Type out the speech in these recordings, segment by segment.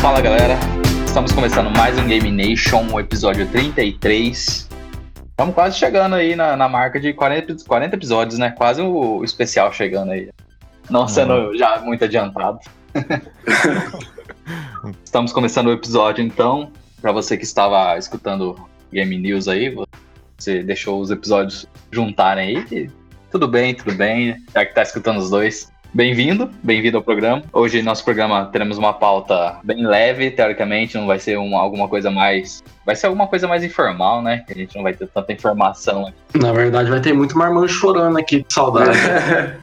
Fala galera, estamos começando mais um Game Nation, o episódio 33. Estamos quase chegando aí na, na marca de 40, 40 episódios, né? Quase o, o especial chegando aí. Não sendo já muito adiantado. estamos começando o episódio então. Para você que estava escutando Game News aí, você deixou os episódios juntarem aí. que Tudo bem, tudo bem. Já que tá escutando os dois, Bem-vindo, bem-vindo ao programa. Hoje em nosso programa teremos uma pauta bem leve, teoricamente, não vai ser uma, alguma coisa mais. Vai ser alguma coisa mais informal, né? Que a gente não vai ter tanta informação aqui. Na verdade, vai ter muito marmão chorando aqui, de saudade.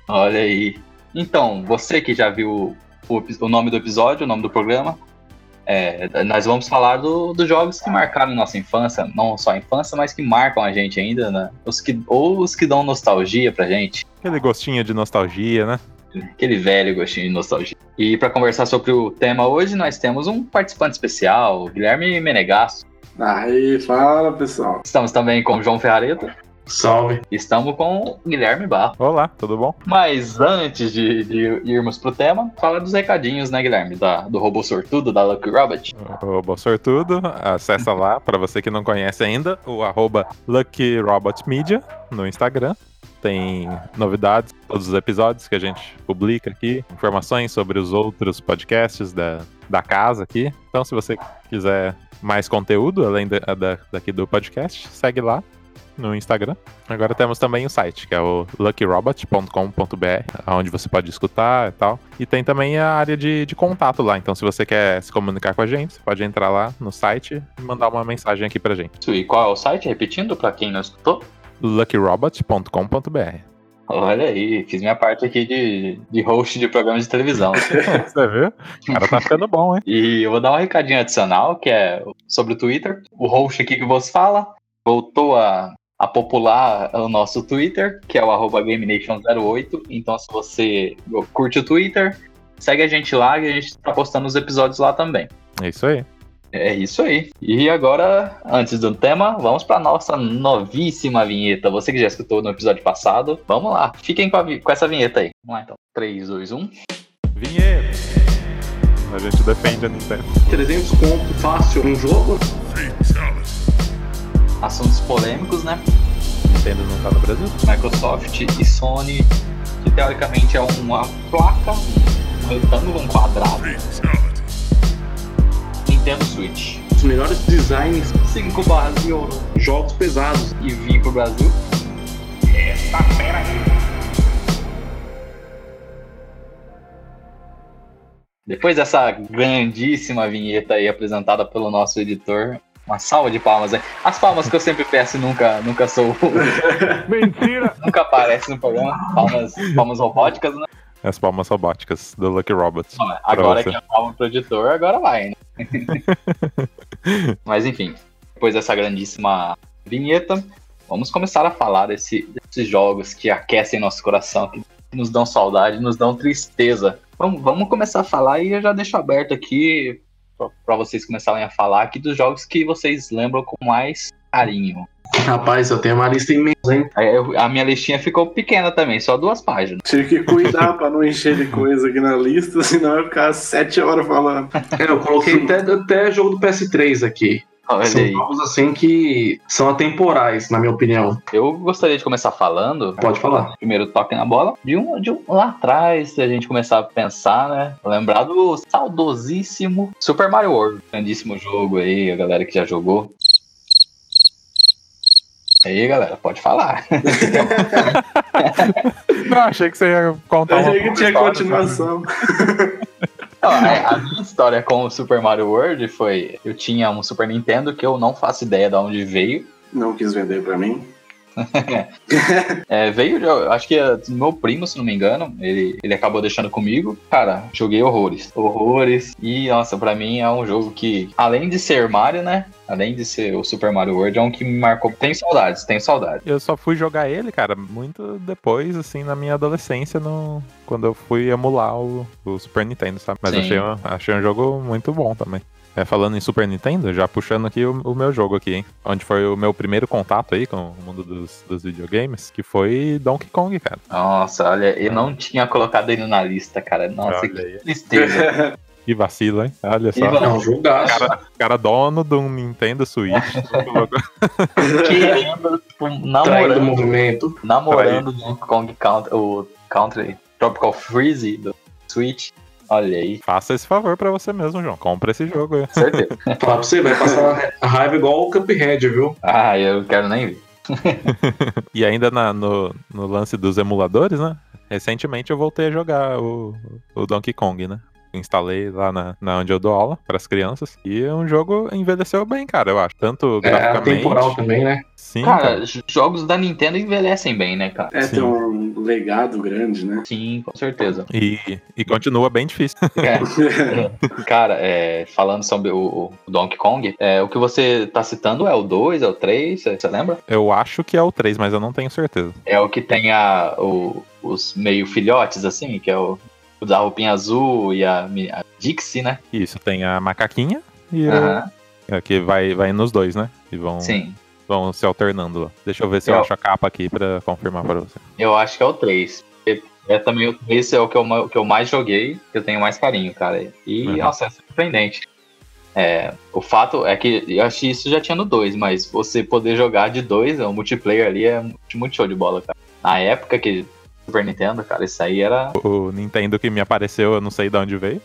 Olha aí. Então, você que já viu o, epi- o nome do episódio, o nome do programa, é, nós vamos falar do- dos jogos que marcaram nossa infância, não só a infância, mas que marcam a gente ainda, né? Os que, ou os que dão nostalgia pra gente. Aquele gostinho de nostalgia, né? Aquele velho gostinho de nostalgia. E para conversar sobre o tema hoje, nós temos um participante especial, o Guilherme Menegasso. Aí, fala pessoal. Estamos também com o João Ferrareta. Salve. e Estamos com o Guilherme Barro. Olá, tudo bom? Mas antes de, de irmos pro tema, fala dos recadinhos, né, Guilherme? Da, do robô sortudo, da Lucky Robot. Ô, bom sortudo, acessa lá, pra você que não conhece ainda, o arroba Lucky Robot Media no Instagram. Tem novidades, todos os episódios que a gente publica aqui, informações sobre os outros podcasts da, da casa aqui. Então, se você quiser mais conteúdo, além da, da- daqui do podcast, segue lá no Instagram. Agora temos também o site, que é o luckyrobot.com.br, onde você pode escutar e tal. E tem também a área de, de contato lá. Então, se você quer se comunicar com a gente, você pode entrar lá no site e mandar uma mensagem aqui pra gente. E qual é o site? Repetindo para quem não escutou. luckyrobot.com.br. Olha aí, fiz minha parte aqui de, de host de programa de televisão. Você É viu? O cara tá ficando bom, hein? E eu vou dar um recadinho adicional, que é sobre o Twitter. O host aqui que vos fala voltou a, a popular o nosso Twitter, que é o arroba GameNation08. Então, se você curte o Twitter, segue a gente lá, que a gente tá postando os episódios lá também. É isso aí. É isso aí. E agora, antes do tema, vamos para nossa novíssima vinheta. Você que já escutou no episódio passado, vamos lá. Fiquem com, a vi- com essa vinheta aí. Vamos lá, então. 3, 2, 1. Vinheta! A gente defende a Nintendo. 300 conto fácil um jogo? Assuntos polêmicos, né? Nintendo não tá no Brasil? Microsoft e Sony, que teoricamente é uma placa, um retângulo, um quadrado. Nintendo Switch. Os melhores designs, 5 barras de ouro jogos pesados. e vim pro Brasil. Depois dessa grandíssima vinheta aí apresentada pelo nosso editor, uma salva de palmas aí. As palmas que eu sempre peço e nunca, nunca sou. Mentira! nunca aparece no programa. Palmas, palmas robóticas, né? As palmas robóticas do Lucky Robot. Olha, Agora você. que é palma pro editor, agora vai, né? Mas enfim, depois dessa grandíssima vinheta, vamos começar a falar desse- desses jogos que aquecem nosso coração, que nos dão saudade, nos dão tristeza. Vamos, vamos começar a falar e eu já deixo aberto aqui pra- pra vocês começarem a falar aqui dos jogos que vocês lembram com mais carinho. Rapaz, eu tenho uma lista imensa, hein? Aí eu- A minha listinha ficou pequena também, só duas páginas. Tive que cuidar pra não encher de coisa aqui na lista, senão eu ia ficar sete horas falando. É, eu coloquei até, até jogo do PS3 aqui. Olha são aí. jogos assim que são atemporais, na minha opinião. Eu gostaria de começar falando Pode falar. primeiro toque na bola, de um, de um lá atrás, se a gente começar a pensar, né? Lembrar do saudosíssimo Super Mario World. Grandíssimo jogo aí, a galera que já jogou. Aí, galera, pode falar. Não, achei que você ia contar Eu uma achei que tinha história, continuação. Ó, é, a a minha história com o Super Mario World foi: eu tinha um Super Nintendo que eu não faço ideia de onde veio. Não quis vender pra mim. É, veio, de- eu acho que é do meu primo, se não me engano, ele, ele acabou deixando comigo. Cara, joguei horrores. Horrores. E, nossa, pra mim é um jogo que, além de ser Mario, né? Além de ser o Super Mario World, é um que me marcou. Tem saudades, tem saudades. Eu só fui jogar ele, cara, muito depois, assim, na minha adolescência, no... quando eu fui emular o, o Super Nintendo, sabe? Mas Sim. achei, um- achei um jogo muito bom também. É, falando em Super Nintendo, já puxando aqui o, o meu jogo aqui, hein? Onde foi o meu primeiro contato aí com o mundo dos, dos videogames, que foi Donkey Kong, cara. Nossa, olha, eu não tinha colocado ele na lista, cara. Nossa, Olha que aí. tristeza. Que vacilo, hein? Olha só. vacilo. É um jogaço. Cara, cara dono de um Nintendo Switch. colocou- Querendo, tipo, Traindo o namorando, movimento. namorando o Kong Country, o Country Tropical Freeze do Switch. Olha aí, Faça esse favor pra você mesmo, João. Compra esse jogo aí. certeza. Falar pra você, vai passar a raiva igual o Cuphead, viu? ah, eu não quero nem ver. E ainda na- no, no lance dos emuladores, né? Recentemente eu voltei a jogar o, o Donkey Kong, né? Instalei lá na, na onde eu dou aula pras crianças. E é um jogo envelheceu bem, cara, eu acho. Tanto É graficamente. atemporal também, né? Sim, cara. Cara, j- jogos da Nintendo envelhecem bem, né, cara? É, Sim. tem um legado grande, né? Sim, com certeza. E, e continua bem difícil. É. Cara, é, falando sobre o, o Donkey Kong, é, o que você tá citando é o 2, é o 3, você lembra? Eu acho que é o 3, mas eu não tenho certeza. É o que tem a, o- os meio filhotes, assim, que é o, o da roupinha azul e a, me- a Dixie, né? Isso, tem a macaquinha e o- Aham, é, que vai, vai nos dois, né? E vão, Sim. vão se alternando lá. Deixa eu ver se eu Eu- acho a capa aqui pra confirmar pra você. Eu acho que é o 3. É também o 3 é o que eu, ma- o que eu mais joguei, que eu tenho mais carinho, cara. E, Uhum. nossa, é surpreendente. É, o fato é que eu acho que isso já tinha no 2, mas você poder jogar de 2, o multiplayer ali é muito- muito show de bola, cara. Na época que Super Nintendo, cara, isso aí era. O tipo, Nintendo que me apareceu, eu não sei de onde veio.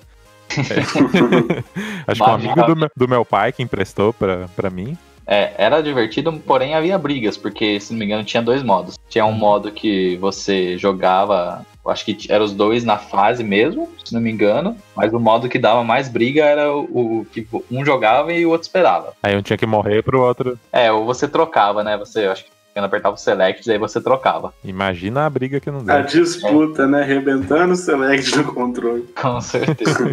Acho que um amigo do meu, do meu pai que emprestou pra, pra mim. É, era divertido, porém havia brigas, porque, se não me engano, tinha dois modos. Tinha um modo que você jogava, eu acho que t- eram os dois na fase mesmo, se não me engano, mas o modo que dava mais briga era o, o que um jogava e o outro esperava. Aí eu tinha que morrer pro outro. É, ou você trocava, né? Você, eu acho que quando apertava o select, daí você trocava. Imagina a briga que não deu. A disputa, né? Arrebentando o select no controle. Com certeza.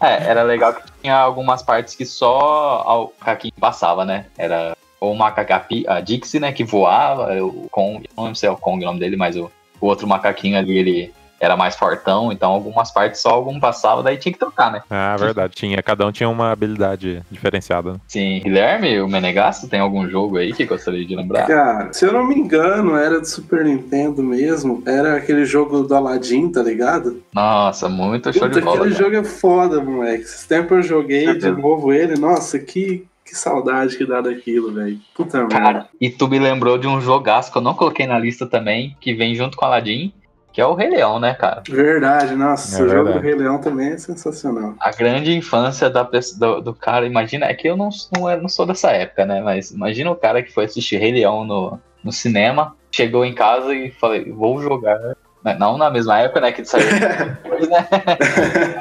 é, era legal que tinha algumas partes que só o Kakin passava, né? Era ou o macacapi, a Dixie, né, que voava, o Kong, eu não sei o Kong o nome dele, mas o, o outro macaquinho ali, ele era mais fortão, então algumas partes só algum passava, daí tinha que trocar, né? Ah, verdade. Tinha, cada um tinha uma habilidade diferenciada. né? Sim, Guilherme, o Menegasso, tem algum jogo aí que gostaria de lembrar? Cara, se eu não me engano, era do Super Nintendo mesmo. Era aquele jogo do Aladdin, tá ligado? Nossa, muito show Puta, de bola. aquele cara. jogo é foda, moleque. Esse tempo eu joguei de Certeza. novo ele. Nossa, que, que saudade que dá daquilo, velho. Puta merda. Cara, e tu me lembrou de um jogaço que eu não coloquei na lista também, que vem junto com Aladdin, que é o Rei Leão, né, cara? Verdade, nossa. É o jogo do verdade. Rei Leão também é sensacional. A grande infância da pessoa- do, do cara, imagina, é que eu não, não, é- não sou dessa época, né? Mas imagina o cara que foi assistir Rei Leão no, no cinema, chegou em casa e falei, vou jogar. né? Não na mesma época, né? Que saiu depois, né?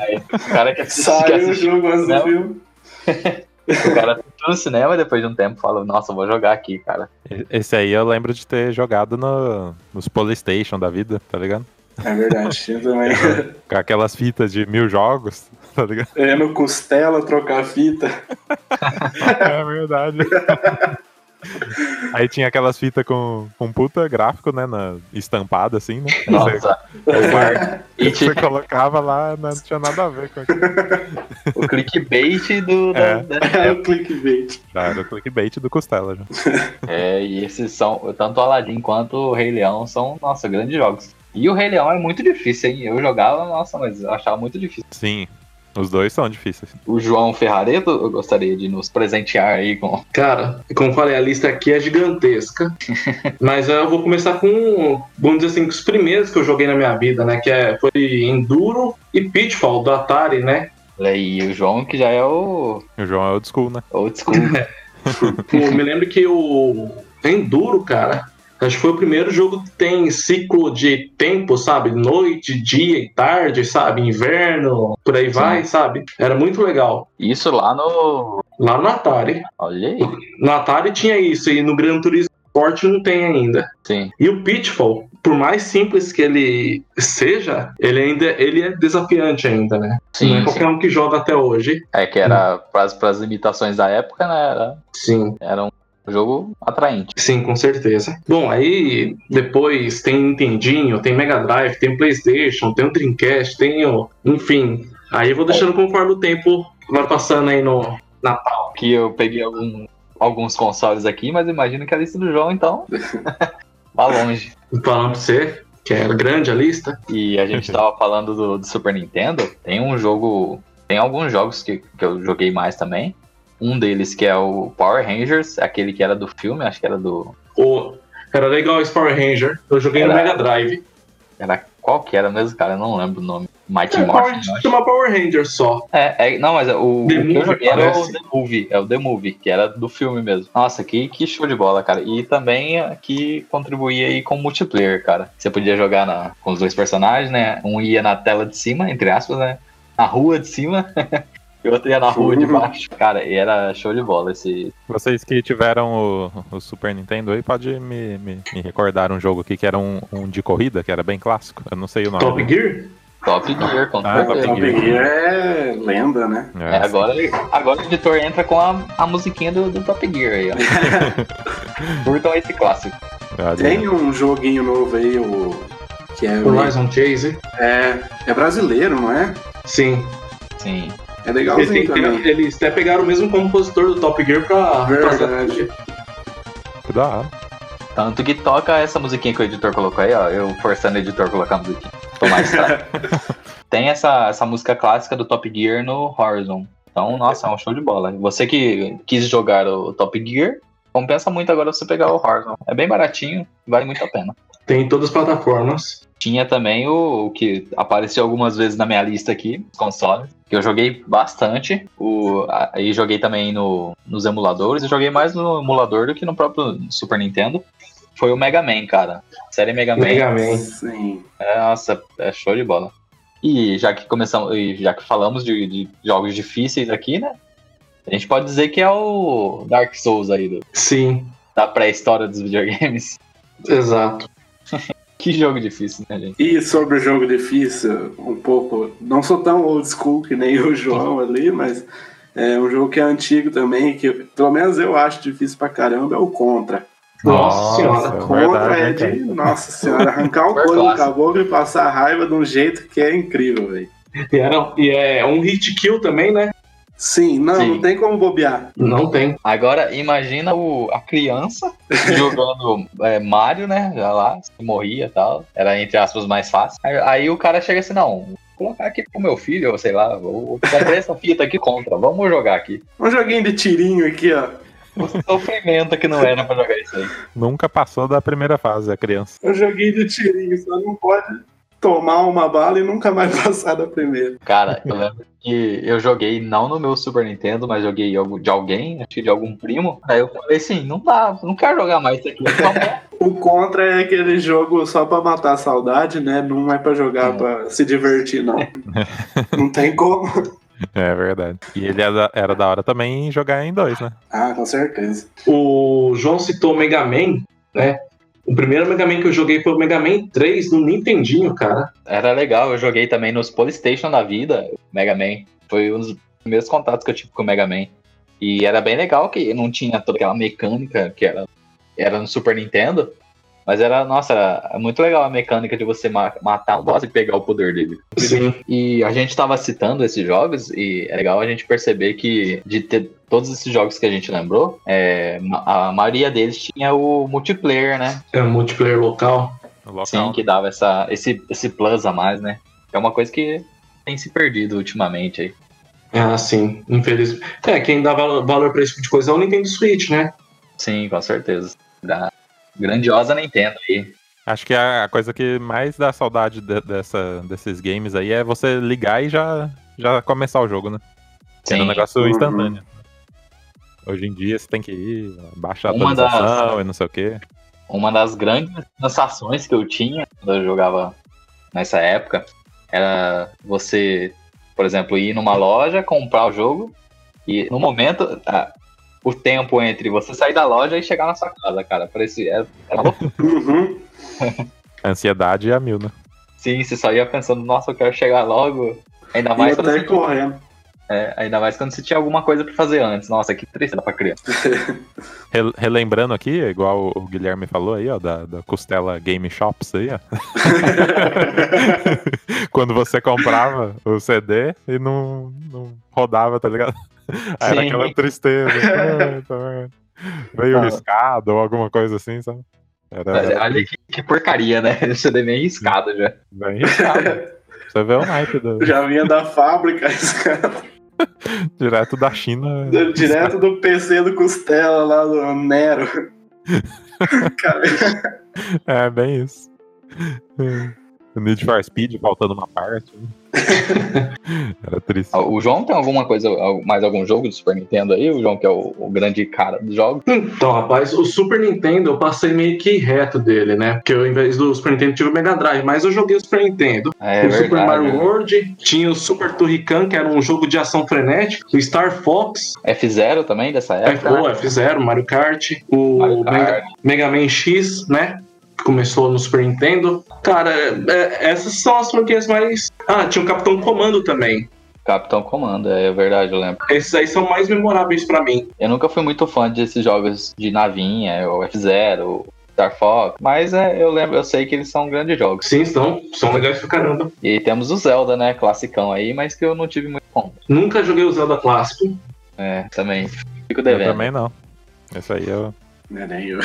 Aí, o cara que assistiu, que Saiu o assistiu, jogo antes do né? filme. o cara assistiu no cinema depois de um tempo fala, nossa, eu vou jogar aqui, cara. E- Esse aí eu lembro de ter jogado no, nos Polystation da vida, tá ligado? É verdade, tinha também. Com aquelas fitas de mil jogos, tá ligado? É no costela trocar fita. É verdade. Aí tinha aquelas fitas com, com puta gráfico, né? Na, estampada, assim, né? Você, Nossa, o bar. E você tipo, colocava lá, não tinha nada a ver com aquilo. o clickbait do. né? da- É. da- É o clickbait. Já era o clickbait do Costela, já. É, e esses são, tanto o Aladdin quanto o Rei Leão são, nossa, grandes jogos. E o Rei Leão é muito difícil, hein? Eu jogava, nossa, mas eu achava muito difícil. Sim, os dois são difíceis. O João Ferrareto, eu gostaria de nos presentear aí com. Cara, como eu falei, a lista aqui é gigantesca. Mas eu vou começar com, vamos dizer assim, com os primeiros que eu joguei na minha vida, né? Que é, foi Enduro e Pitfall do Atari, né? Olha aí, o João que já é o O João é old school, né? old school. Eu me lembro que o Enduro, cara, acho que foi o primeiro jogo que tem ciclo de tempo, sabe? Noite, dia e tarde, sabe? Inverno, por aí vai, sabe? Era muito legal. Isso lá no. Lá no Atari. Olha aí. No Atari tinha isso, e no Gran Turismo Sport não tem ainda. Sim. E o Pitfall, por mais simples que ele seja, ele ainda ele é desafiante ainda, né? não é Sim, qualquer sim. um que joga até hoje. É que era pras, pras limitações da época, né? Era, Sim. era um jogo atraente. Sim, com certeza. Bom, aí depois tem Nintendinho, tem Mega Drive, tem Playstation, tem o Dreamcast, tem o... Enfim, aí eu vou deixando conforme o tempo vai passando aí no... Que eu peguei algum- alguns consoles aqui, mas imagino que a lista do João, então. tá longe. Falando pra você, que é grande a lista. E a gente tava falando do, do Super Nintendo, tem um jogo Tem alguns jogos que, que eu joguei mais também. Um deles que é o Power Rangers, aquele que era do filme, acho que era do. Ô, era legal esse Power Ranger. Eu joguei no Era- Era qual que era mesmo, cara? Eu não lembro o nome. Mighty É, Morphin. Power, eu acho. chama Power Ranger só. É, é- não, mas é o, o The que eu Movie, joguei era o parece. The Movie, é o The Movie, que era do filme mesmo. Nossa, que, que show de bola, cara. E também é, que contribuía aí com o multiplayer, cara. Você podia jogar na- com os dois personagens, né? Um ia na tela de cima, entre aspas, né? Na rua de cima, e o outro ia na rua Uhum. de baixo. Cara, e era show de bola esse. Vocês que tiveram o, o Super Nintendo aí, pode me, me- me recordar um jogo aqui que era um, um de corrida, que era bem clássico. Eu não sei o nome. Top Gear? Top Gear, com Ah, certeza. Top Top Gear. Gear é lenda, né? É, agora, agora o editor entra com a, a musiquinha do, do Top Gear aí, ó. Curtam esse clássico. é, Tem um joguinho novo aí, o. Que é, Horizon Chase? é, é brasileiro, não é? Sim. Sim. É Eles, legalzinho têm- também. eles até pegaram o mesmo compositor do Top Gear pra. Verdade. é, Tanto que toca essa musiquinha que o editor colocou aí, ó. Eu forçando o editor a colocar a musiquinha. Tô mais tarde. Tem essa, essa música clássica do Top Gear no Horizon. Então, nossa, é um show de bola. Você que quis jogar o Top Gear, compensa muito agora você pegar o Horizon. É bem baratinho, vale muito a pena. Tem em todas as plataformas. Tinha também o, o que apareceu algumas vezes na minha lista aqui, os consoles, que eu joguei bastante. O, a- aí joguei também no, nos emuladores, eu joguei mais no emulador do que no próprio Super Nintendo. Foi o Mega Man, cara. Série Mega Man. Mega Man. Sim. É, Nossa, é show de bola. E já que começamos, e já que falamos de, de jogos difíceis aqui, né? A gente pode dizer que é o Dark Souls aí do- Sim, da pré-história dos videogames. exato. Que jogo difícil, né, gente? E sobre o jogo difícil, um pouco. Não sou tão old school que nem o João Uhum. ali, mas é um jogo que é antigo também, que pelo menos eu acho difícil pra caramba, é o Contra. Nossa senhora. É Contra verdade, é né, cara? de, nossa senhora, arrancar o É couro do clássico. caboclo e passar a raiva de um jeito que é incrível, velho. E, era, e é um hit kill também, né? Sim, não, Sim. não tem como bobear. Não tem. Agora imagina o, a criança jogando é, Mario, né? Já lá, se morria e tal. Era entre aspas mais fácil. Aí, aí o cara chega assim, não, vou colocar aqui pro meu filho, ou sei lá, vou vou pegar essa fita aqui contra, vamos jogar aqui. Um joguinho de tirinho aqui, ó. Sofrimento que não era pra jogar isso aí. Nunca passou da primeira fase a criança. Um joguinho de tirinho, só não pode tomar uma bala e nunca mais passar da primeira. Cara, eu lembro que eu joguei não no meu Super Nintendo, mas joguei de algum- de alguém, acho que de algum primo. Aí eu falei assim, não dá, não quero jogar mais isso aqui. O Contra é aquele jogo só pra matar a saudade, né? Não é pra jogar pra se divertir, não. não tem como. É verdade. E ele era, era da hora também jogar em dois, né? Ah, com certeza. O João citou Mega Man, né? O primeiro Mega Man que eu joguei foi o Mega Man 3 no Nintendinho, cara. Era legal, eu joguei também nos Polystation da vida, Mega Man. Foi um dos primeiros contatos que eu tive com o Mega Man. E era bem legal que não tinha toda aquela mecânica que era, era no Super Nintendo. Mas era, nossa, era é muito legal a mecânica de você ma- matar um boss e pegar o poder dele. Sim. E a gente estava citando esses jogos e é legal a gente perceber que de ter todos esses jogos que a gente lembrou, é, ma- a maioria deles tinha o multiplayer, né? É um multiplayer local. No local. Sim, que dava essa, esse, esse plus a mais, né? É uma coisa que tem se perdido ultimamente aí. Ah, sim. Infelizmente. É, quem dá valo- valor pra esse tipo de coisa é o Nintendo Switch, né? Sim, com certeza. Da grandiosa Nintendo aí. Acho que a a coisa que mais dá saudade de- dessa, desses games aí é você ligar e já, já começar o jogo, né? Que Era um Sim. negócio Uhum. instantâneo. Hoje em dia você tem que ir, baixar a Uma das- atualização e não sei o quê. uma das grandes sensações que eu tinha quando eu jogava nessa época era você, por exemplo, ir numa loja, comprar o jogo e no momento a- o tempo entre você sair da loja e chegar na sua casa, cara, é, parecia era, era louco. Uhum. A ansiedade é a mil, né? Sim, você só ia pensando, nossa, eu quero chegar logo. Tá Ainda E mais, quando até você, correndo. é, ainda mais quando você tinha alguma coisa pra fazer antes. Nossa, que tristeza pra criança. Re- Relembrando aqui, igual o Guilherme falou aí, ó, da, da costela Game Shops aí, ó. Quando você comprava o CD e não, não rodava, tá ligado? Aí era Sim. aquela tristeza. "Ah, tá vendo?" Veio Ah. riscado ou alguma coisa assim, sabe? Era, Tá. Olha que, que porcaria, né? Você deu meio riscado já. bem riscado. Você vê o naipe do, Já vinha da fábrica, esse cara. direto da China. Direto do PC do Costela lá do Nero. cara, É, bem isso. O Need for Speed faltando uma parte. né? Era triste. O João tem alguma coisa, mais algum jogo do Super Nintendo aí? O João que é o, o grande cara dos jogos. Então, rapaz, o Super Nintendo eu passei meio que reto dele, né? Porque eu, em vez do Super Nintendo, tive o Mega Drive, mas eu joguei o Super Nintendo. É o Super Mario né? World, tinha o Super Turrican, que era um jogo de ação frenética, o Star Fox, F0 também dessa F- época. É, o F0, Mario Kart, o É Mario Kart. Mega, Mega Man X, né? que Começou no Super Nintendo. Cara, é- essas são as franquias mais. Ah, tinha o Capitão Comando também. Capitão Comando, é verdade, eu lembro. Esses aí são mais memoráveis pra mim. Eu nunca fui muito fã desses jogos de navinha, o F0, o Star Fox, mas é, eu lembro, eu sei que eles são grandes jogos. Sim, são, são legais pra caramba. E temos o Zelda, né, classicão aí, mas que eu não tive muito conta. Nunca joguei o Zelda clássico. É, também fico Eu devendo. também não. Isso aí é não é nem eu.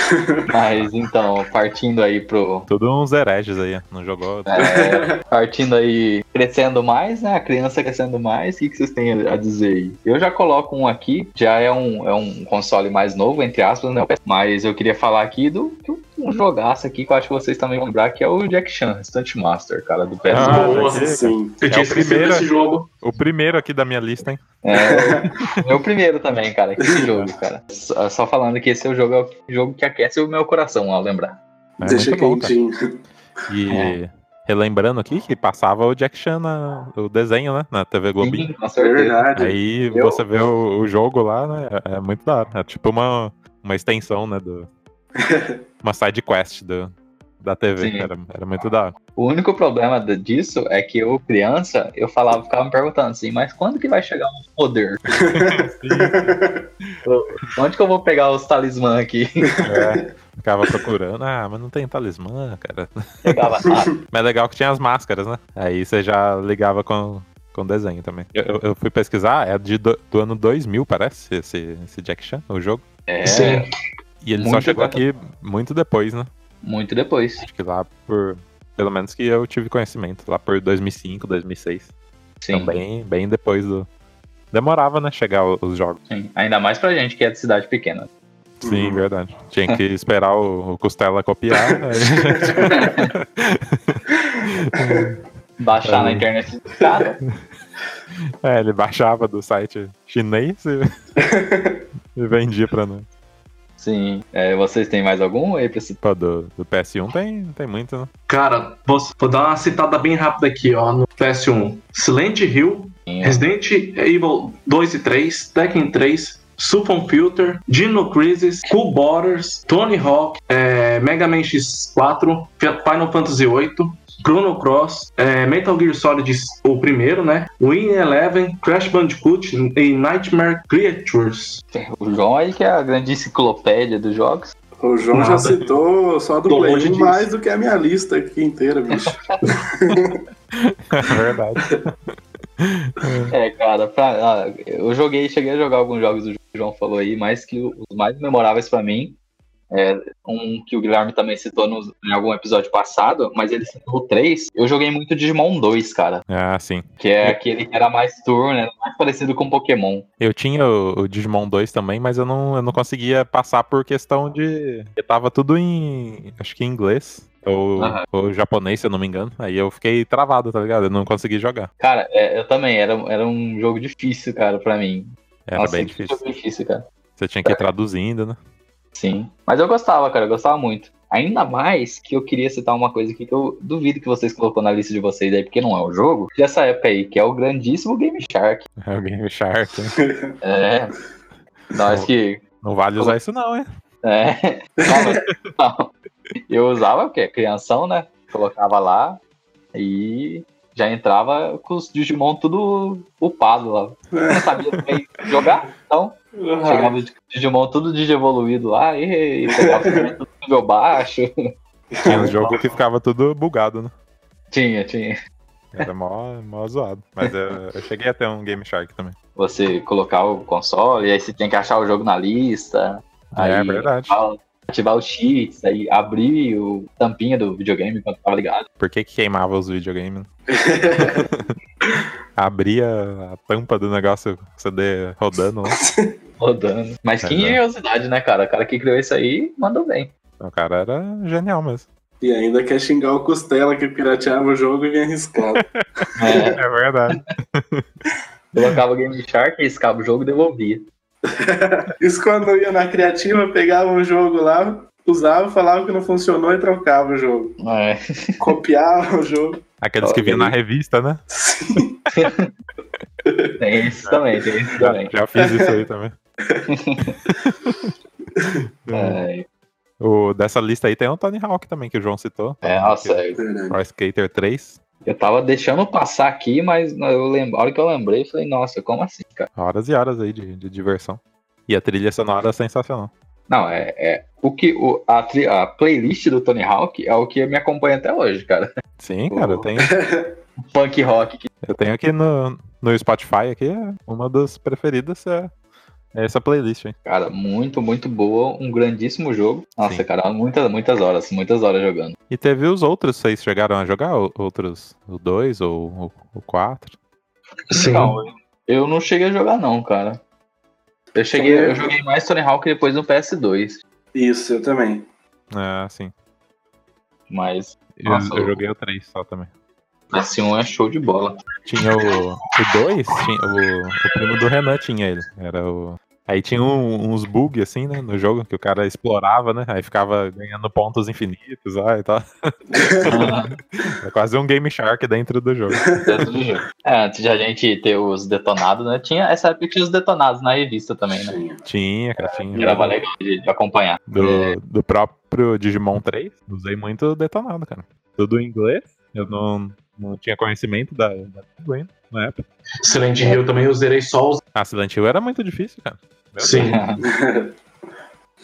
Mas então, partindo aí pro. tudo uns hereges aí. Não jogou. é, partindo aí, crescendo mais, né? A criança crescendo mais, o que, que vocês têm a dizer aí? Eu já coloco um aqui, já é um, é um console mais novo, entre aspas, né? Mas eu queria falar aqui do de um- um jogaço aqui que eu acho que vocês também vão lembrar, que é o Jack Chan, Stunt Master, cara, do PS. Ah, Boa. vai ser. Sim. Eu É tinha o esquecido primeiro. desse jogo. O primeiro aqui da minha lista, hein? É, meu primeiro também, cara. Que jogo, cara. Só, só falando que esse é o jogo, é o jogo que aquece o meu coração ao lembrar. É Deixa muito bom, cara. quentinho. E É. relembrando aqui que passava o Jack Chan, na- o desenho, né? Na TV Globinho. Sim, com certeza. É Verdade. Aí Eu- você vê o, o jogo lá, né? É é muito da hora. É tipo uma, uma extensão, né? Do, uma side quest do, da TV. Sim. Era, era muito da hora. O único problema de- disso é que eu, criança, eu falava, ficava me perguntando assim, mas quando que vai chegar um poder? Onde que eu vou pegar os talismãs aqui? É, ficava procurando. Ah, mas não tem talismã, cara. Chegava, ah, Mas é legal que tinha as máscaras, né? Aí você já ligava com com desenho também. Eu- Eu, eu fui pesquisar, é de do, do ano 2000, parece, esse, esse Jack Chan, o jogo. é, Sim. E ele só Muito chegou bacana. aqui muito depois, né? muito depois. Acho que lá por... Pelo menos que eu tive conhecimento, lá por 2005, 2006. Sim. Então, bem, bem depois do... Demorava, né, chegar o- os jogos. Sim. Ainda mais pra gente que é de cidade pequena. Sim, Uhum. verdade. Tinha que esperar o, o Costela copiar. né? aí- Baixar na É. internet. Cara, É, ele baixava do site chinês e, e vendia pra nós. sim. É, vocês têm mais algum aí pra citar? Pô, do, do PS1 tem, tem muito, né? Cara, vou, vou dar uma citada bem rápida aqui, ó. No PS1. Silent Hill, Resident Evil 2 e 3, Tekken 3, Supon Filter, Dino Crisis, Cool Borders, Tony Hawk, é, Mega Man X4, Fi- Final Fantasy VIII, Chrono Cross, é, Metal Gear Solid, o primeiro, né? Win Eleven, Crash Bandicoot e Nightmare Creatures. O João aí que é a grande enciclopédia dos jogos. O João Nada. já citou só do Tô Play longe 1 disso. mais do que a minha lista aqui inteira, bicho. É verdade. É, cara, pra- ah, eu joguei, cheguei a jogar alguns jogos do que o João falou aí, mas que os mais memoráveis pra mim é um que o Guilherme também citou nos- em algum episódio passado, mas ele citou o 3. Eu joguei muito Digimon 2, cara, Ah, sim. que é aquele que era mais turno, né, mais parecido com Pokémon. Eu tinha o, o Digimon 2 também, mas eu não, eu não conseguia passar por questão de. Porque tava tudo em. Acho que em inglês. Ou, Aham. ou japonês, se eu não me engano. Aí eu fiquei travado, tá ligado? Eu não consegui jogar. Cara, é, eu também, era, era um jogo difícil, cara, pra mim. Era Nossa, bem que difícil. jogo difícil, cara. Você tinha que ir traduzindo, né? Sim. Mas eu gostava, cara, eu gostava muito. Ainda mais que eu queria citar uma coisa aqui que eu duvido que vocês colocou na lista de vocês aí, porque não é o jogo, dessa época aí, que é o grandíssimo Game Shark. É o Game Shark. né? É. Nós que. Não vale usar isso, não, hein? É. Não, não. Eu usava, porque crianção, né? Colocava lá e já entrava com os Digimon tudo upado lá. Eu não sabia também jogar, então É. chegava os Digimon tudo digievoluído lá e, e pegava tudo nível baixo. Tinha um jogo que ficava tudo bugado, né? Tinha, tinha. Era mó, mó zoado. Mas eu, eu cheguei a ter um Game Shark também. Você colocar o console, e aí ah, você tem que achar o jogo na lista. Aí é verdade. tal. ativar os cheats, aí abrir o tampinha do videogame quando tava ligado. Por que, que queimava os videogames? Abria a tampa do negócio com o CD rodando. lá. Rodando. Mas que Mas é. engenhosidade, né, cara? O cara que criou isso aí mandou bem. O cara era genial mesmo. E ainda quer xingar o Costela que pirateava o jogo e vinha arriscado. É, É verdade. colocava o Game Shark, riscava o jogo e devolvia. Isso quando eu ia na criativa, pegava um jogo lá, usava, falava que não funcionou e trocava o jogo. É. Copiava o jogo. Aqueles que vinham na revista, né? Tem isso também, tem isso também. Já fiz isso aí também. É, O, dessa lista aí tem o Tony Hawk também, que o João citou. é, nossa, Verdade. Pro Skater 3. eu tava deixando passar aqui, mas eu lembro, a hora que eu lembrei, eu falei, nossa, como assim, cara? Horas e horas aí de, de diversão. E a trilha sonora é sensacional. Não, é. é o que, o, a, tri- a playlist do Tony Hawk é o que me acompanha até hoje, cara. Sim, cara, eu tenho, Punk rock, que eu tenho aqui no, no Spotify aqui, é uma das preferidas é, é essa playlist, hein? Cara, muito, muito boa. Um grandíssimo jogo. Nossa, Sim. cara, muitas, muitas horas, muitas horas jogando. E teve os outros, vocês chegaram a jogar? O- Outros, o 2 ou o- o 4? Sim. Então, eu não cheguei a jogar, não, cara. Eu cheguei, eu joguei mais Tony Hawk depois no PS2. Isso, eu também. Ah, sim. Mas Eu, Nossa, eu o- joguei o 3 só também. PS1 é show de bola. Tinha o. O 2? O, o primo do Renan tinha ele. Era o. Aí tinha um- uns bugs assim, né, no jogo, que o cara explorava, né? Aí ficava ganhando pontos infinitos lá e tal. É quase um Game Shark dentro do jogo. Dentro do jogo. é, antes de a gente ter os detonados, né? Tinha essa época que tinha os detonados na revista também, né? Tinha, cara, tinha. Era legal de, de acompanhar. É. do, do próprio Digimon 3. Usei muito detonado, cara. Tudo em inglês. Eu não, não tinha conhecimento da, da língua ainda na época. Silent Hill eu também eu zerei só os. Ah, Silent Hill era muito difícil, cara. Meu Sim.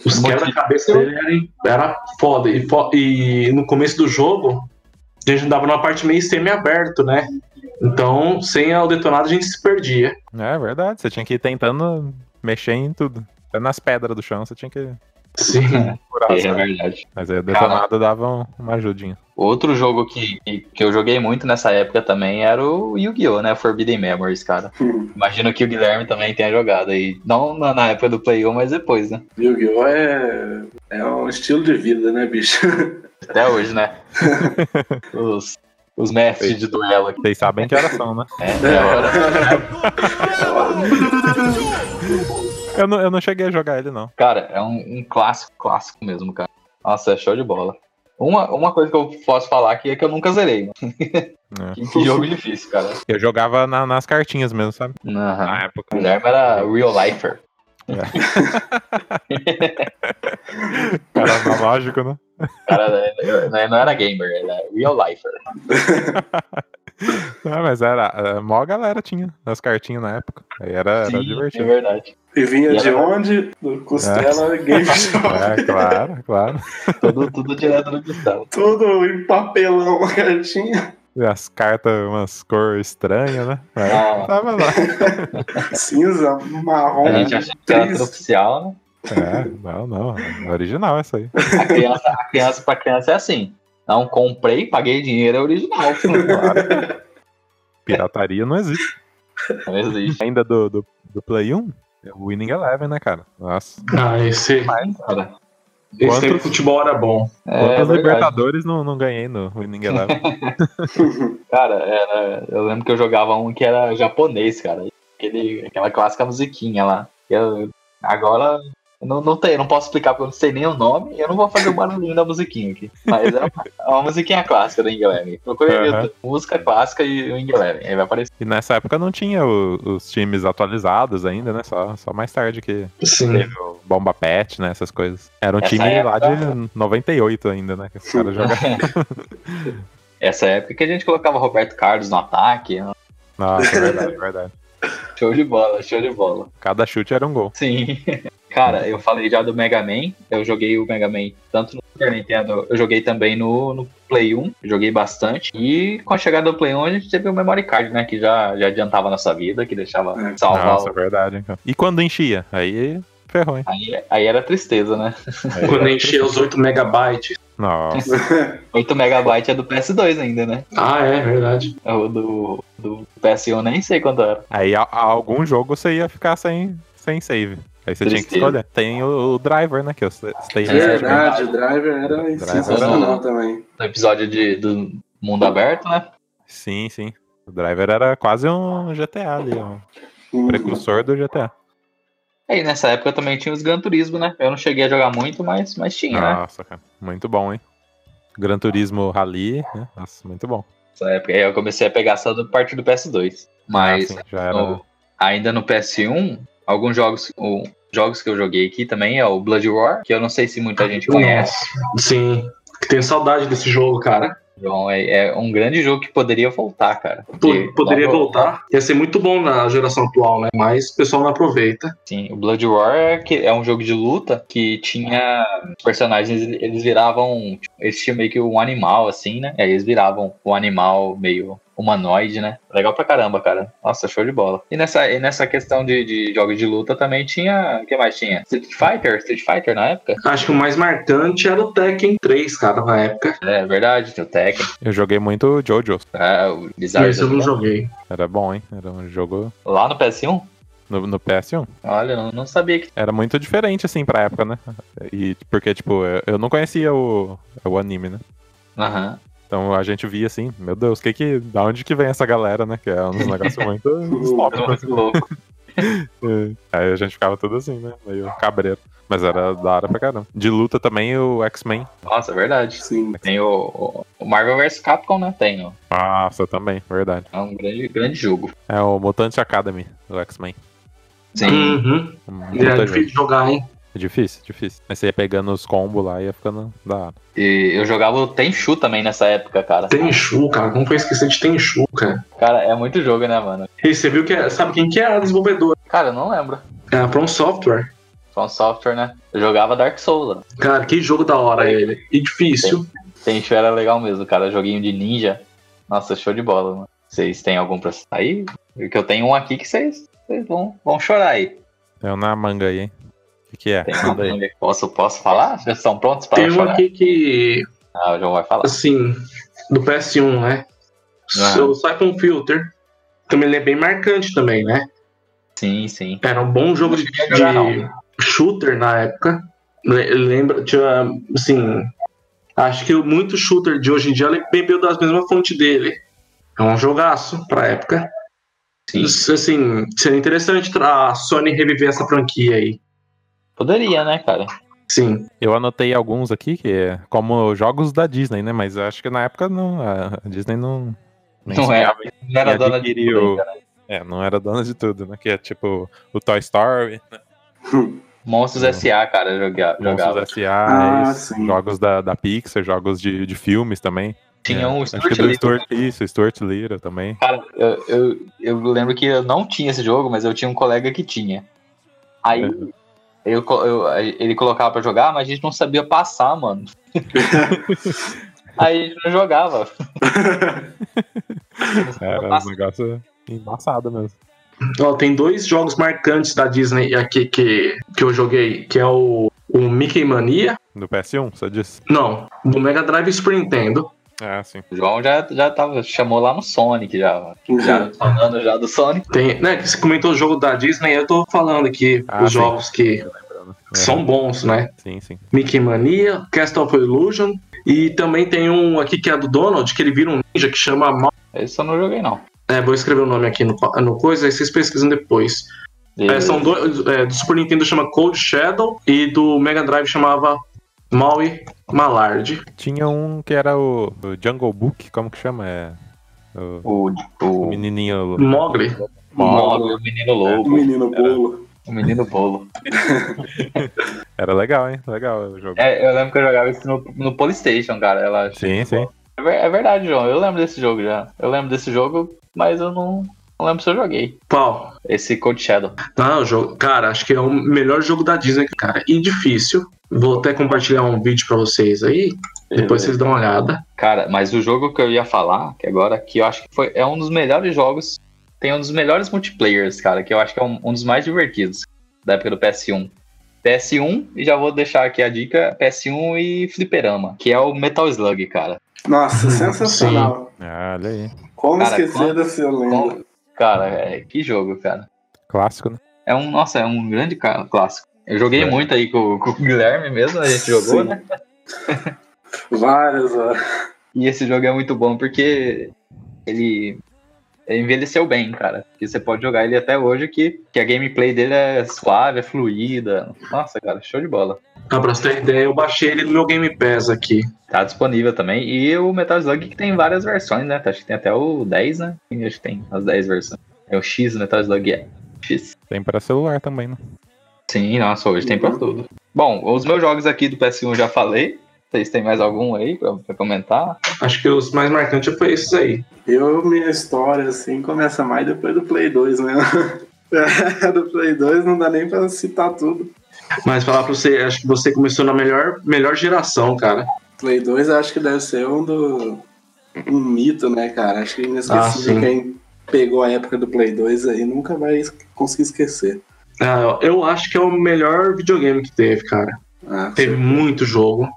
Os Muito quebra-cabeça dele era, era foda. E, fo- e no começo do jogo, a gente andava numa parte meio semi-aberto, né? Então, sem o detonado, a gente se perdia. Deus. É verdade. Você tinha que ir tentando mexer em tudo. Até nas pedras do chão você tinha que Sim. curar. É, é sabe? verdade. Mas aí o detonado dava um- uma ajudinha. Outro jogo que, que- que eu joguei muito nessa época também era o Yu-Gi-Oh!, né? Forbidden Memories, cara. Imagino que o Guilherme também tenha jogado aí. Não na, na época do Play 1, mas depois, né? Yu-Gi-Oh! É... é um estilo de vida, né, bicho? Até hoje, né? os, os mestres de duelo aqui. Vocês sabem que horas são, né? É, é a hora. Eu não, eu não cheguei a jogar ele, não. Cara, é um, um clássico, clássico mesmo, cara. Nossa, é show de bola. Uma, uma coisa que eu posso falar aqui é que eu nunca zerei. né? É. Que, que jogo difícil, cara. Eu jogava na- nas cartinhas mesmo, sabe? Aham. Na O época. Guilherme era real lifer. Era analógico, né? O Cara, né, não era gamer, era real lifer. Não, É, mas era. A maior galera tinha nas cartinhas na época. Aí era, era Sim, É divertido. verdade. E vinha E de era- onde? Do Costela Game Shop. É, claro, claro. Tudo, tudo direto do Gustavo. Tudo em papelão, a cartinha. E As cartas, umas cores estranhas, né? Aí Ah. tava lá. Cinza, marrom. A gente achava que era tudo oficial, né? É, não, não. é Original essa aí. A criança, a criança pra criança é assim. Não, comprei, paguei dinheiro, é original. Pirataria não existe. Não existe, Ainda do, do, do Play 1, é o Winning Eleven, né, cara? Nossa. Ah, esse, cara. esse Quantos- tempo de futebol era bom. É, Quantos verdade. Libertadores não, não ganhei no Winning Eleven? Cara, era, eu lembro que eu jogava um que era japonês, cara. Aquele, aquela clássica musiquinha lá. Eu, agora, eu não, não, tem, eu não posso explicar porque eu não sei nem o nome. Eu não vou fazer o barulhinho da musiquinha aqui. Mas é uma, é uma musiquinha clássica do Inglaterra. Procure no Aham. YouTube, música clássica e o Inglaterra. Aí vai aparecer. E nessa época não tinha o- os times atualizados ainda, né? Só, só mais tarde que Sim. teve o Bomba Pet, né? Essas coisas. Era um Essa time lá época- de 98 ainda, né? Que os caras jogavam. Essa época que a gente colocava Roberto Carlos no ataque. né? Nossa, é verdade, é verdade. Show de bola, show de bola. Cada chute era um gol. Sim. Cara, eu falei já do Mega Man. Eu joguei o Mega Man tanto no Super Nintendo, eu joguei também no, no Play 1. Joguei bastante. E com a chegada do Play 1, a gente teve o Memory Card, né? Que já, já adiantava a nossa vida, que deixava salvar Nossa, é o. verdade, hein, cara. E quando enchia? Aí ferrou, hein? Aí, aí era tristeza, né? Aí- Quando encher os 8 megabytes. Nossa, 8 megabytes é do PS2 ainda, né? Ah, é, verdade. O do, do PS1 nem sei quanto era. aí a, a algum jogo você ia ficar sem, sem save. Aí você tinha que Tristeza. escolher. Tem o, o driver, né? Que eu sei. sei É recentemente. Verdade, o Driver era Driver era sensacional bom. também. No episódio de, do Mundo Aberto, né? Sim, sim. O driver era quase um GTA ali, um Hum. precursor do GTA. Aí nessa época também tinha os Gran Turismo, né? Eu não cheguei a jogar muito, mas, mas tinha, né? Nossa, cara. Muito bom, hein? Gran Turismo Rally, né? Nossa, muito bom. Nessa época. Aí eu comecei a pegar só do parte do PS2. Mas Ah, sim, já era. no- ainda no PS1, alguns jogos, o- jogos que eu joguei aqui também é o Blood War, que eu não sei se Ah, muita gente conhece. Sim. Tenho saudade desse jogo, cara. João, é, é um grande jogo que poderia voltar, cara. Po- Porque- Poderia logo- voltar. Ia ser muito bom na geração atual, né? Mas o pessoal não aproveita. Sim, o Blood War é que- é um jogo de luta que tinha os personagens, eles viravam, tipo, eles tinham meio que um animal assim, né? E aí eles viravam um animal meio humanoide, né? Legal pra caramba, cara. Nossa, show de bola. E nessa, e nessa questão de, de jogos de luta também tinha, o que mais tinha? Street Fighter, Street Fighter na época? Acho que o mais marcante era o Tekken 3, cara, na época. É verdade, tinha o Tekken, Eu joguei muito Jojo. ah, o Bizarre. Esse eu não joguei. Era bom, hein? Era um jogo Lá no PS1? no, um. no PS1. Olha, eu não, não sabia que Era muito diferente, assim, pra época, né? E porque, tipo, eu- eu não conhecia o, o anime, né? Aham. Então a gente via assim, meu Deus, que que, da onde que vem essa galera, né? Que é um negócio muito Era muito louco. É. Aí a gente ficava tudo assim, né? Meio cabreiro. Mas era da hora pra caramba. De luta também o X-Men. Nossa, é verdade. Sim. Tem o, o- o Marvel vs Capcom, né? Tem, ó. Nossa, também, verdade. É um grande, grande jogo. É o Mutante Academy do X-Men. Sim. Uhum. Um E era puta difícil jogo. de jogar, hein? difícil, difícil. Aí você ia pegando os combos lá e ia ficando da hora. E eu jogava o Tenchu também nessa época, cara. Tenchu, cara. Como foi esquecer de Tenchu, cara? Cara, é muito jogo, né, mano? E você viu que é, sabe quem que é a desenvolvedora? Cara, eu não lembro. É a From Software. From Software, né? Eu jogava Dark Souls. né? Cara, que jogo da hora ele. E difícil. Tenchu era legal mesmo, cara. Joguinho de ninja. Nossa, show de bola, mano. Vocês têm algum pra sair? Que eu tenho um aqui que vocês vocês vão, vão chorar aí. Tem um na manga aí, hein? O que, que é? Tem um Manda aí. posso, posso falar? Já estão prontos para Tem um chorar? aqui que, Ah, o João vai falar. assim, do PS1, né? Ah. O Siphon um Filter. Também ele é bem marcante também, né? Sim, sim. Era um bom jogo de, Não era, não. de shooter na época. Le- Lembra, tinha, assim, acho que muito shooter de hoje em dia ele bebeu das mesmas fontes dele. É um jogaço pra época. Sim. Isso, Assim, seria interessante tra- a Sony reviver essa franquia aí. Poderia, né, cara? Sim. Eu anotei alguns aqui, que é como jogos da Disney, né? Mas eu acho que na época não, a Disney não. nem Não era. sonhava em Não era E dona de adquiriu- tudo ainda, né? É, não era dona de tudo, né? Que é tipo o Toy Story, Monstros S.A., cara, eu joga- jogava. jogos S.A., Ah, isso, sim. jogos da, da Pixar, jogos de, de filmes também. Tinha um Acho que Stuart do Little Ah, Stuart, isso, Stuart Little também. Cara, eu, eu, eu lembro que eu não tinha esse jogo, mas eu tinha um colega que tinha. Aí Uhum. eu, co- eu- aí ele colocava pra jogar, mas a gente não sabia passar, mano. Aí a gente não jogava. Era um negócio embaçado mesmo. Ó, tem dois jogos marcantes da Disney aqui que, que eu joguei, que é o, o Mickey Mania. Do PS1, você disse? Não, do Mega Drive e Super Nintendo. Ah, sim. O João já, já tava, chamou lá no Sonic já. Já. Já falando já do Sonic. Tem, né, que você comentou o jogo da Disney, eu tô falando aqui Ah, os sim. jogos que É, são bons, né? Sim, sim. Mickey Mania, Cast of Illusion. E também tem um aqui que é do Donald, que ele vira um ninja que chama. Mal- Esse eu não joguei, não. É, vou escrever o nome aqui no, no coisa, aí vocês pesquisam depois. É, são dois. é, do Super Nintendo chama Cold Shadow e do Mega Drive chamava Maui Malard. Tinha um que era o, o Jungle Book, como que chama? É. O, O, o o, menininho. Mogli. Mogli, o menino O lobo, menino bolo. É. o menino bolo. Era legal, hein? Legal o jogo. É, eu lembro que eu jogava isso no, no Polystation, cara. Ela Sim, sim. É, ver- é verdade, João. Eu lembro desse jogo já. Eu lembro desse jogo, mas eu não, não lembro se eu joguei. Qual? Esse Cold Shadow. Não, o jogo. Cara, acho que é o melhor jogo da Disney, cara. E difícil. Vou até compartilhar um vídeo pra vocês aí. Depois vocês dão uma olhada. Cara, mas o jogo que eu ia falar, que agora, que eu acho que foi, é um dos melhores jogos. Tem um dos melhores multiplayers, cara, que eu acho que é um, um dos mais divertidos da época do PS1. PS1, e já vou deixar aqui a dica, PS1 e Fliperama, que é o Metal Slug, cara. Nossa, sensacional. Ah, Olha aí. Como Cara, esquecer quando- dessa lenda? Bom, cara, é, que jogo, cara. Clássico, né? É um, nossa, é um grande ca- clássico. Eu joguei É. muito aí com, com o Guilherme mesmo, a gente jogou, Sim. né? Várias horas. E esse jogo é muito bom porque ele, ele envelheceu bem, cara. E você pode jogar ele até hoje que, que a gameplay dele é suave, é fluida. Nossa, cara, show de bola. Ah, pra você ter ideia, eu baixei ele no meu Game Pass aqui. Tá disponível também. E o Metal Slug que tem várias versões, né? Acho que tem até o 10, né? Acho que tem as 10 versões. É o X Metal Slug é. X. Tem pra celular também, né? Sim, nossa, hoje tem pra tudo. Bom, os meus jogos aqui do PS1 eu já falei. Vocês têm mais algum aí pra, pra comentar? Acho que os mais marcantes foi esses aí. Eu, minha história, assim, começa mais depois do Play 2, né? É, do Play 2 não dá nem pra citar tudo. Mas falar pra você, acho que você começou na melhor, melhor geração, cara. Play 2 acho que deve ser um do. um mito, né, cara? Acho que inesquecível Ah, sim. quem pegou a época do Play 2 aí nunca vai es- conseguir esquecer. Ah, eu acho que é o melhor videogame que teve, cara. Ah, Teve muito jogo.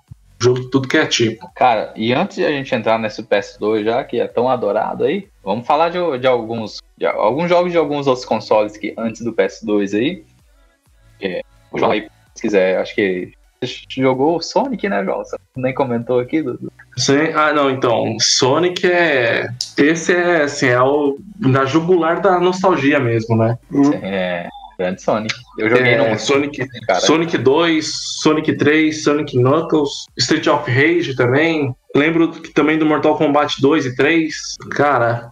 Jogo de tudo que é tipo. Cara, e antes de a gente entrar nesse PS2 já, que é tão adorado aí, vamos falar de, de alguns de alguns jogos de alguns outros consoles que antes do PS2 aí. É, o João aí, se quiser, acho que você jogou o Sonic, né, João? Você nem comentou aqui. Dudu? Sim. Ah, não, então. Sonic é. Esse é, assim, é o. Na jugular da nostalgia mesmo, né? Hum, É, grande Sonic. Eu joguei É, no Sonic- cara. Sonic 2, Sonic 3, Sonic Knuckles, Street of Rage também. Lembro que também do Mortal Kombat 2 e 3. Cara,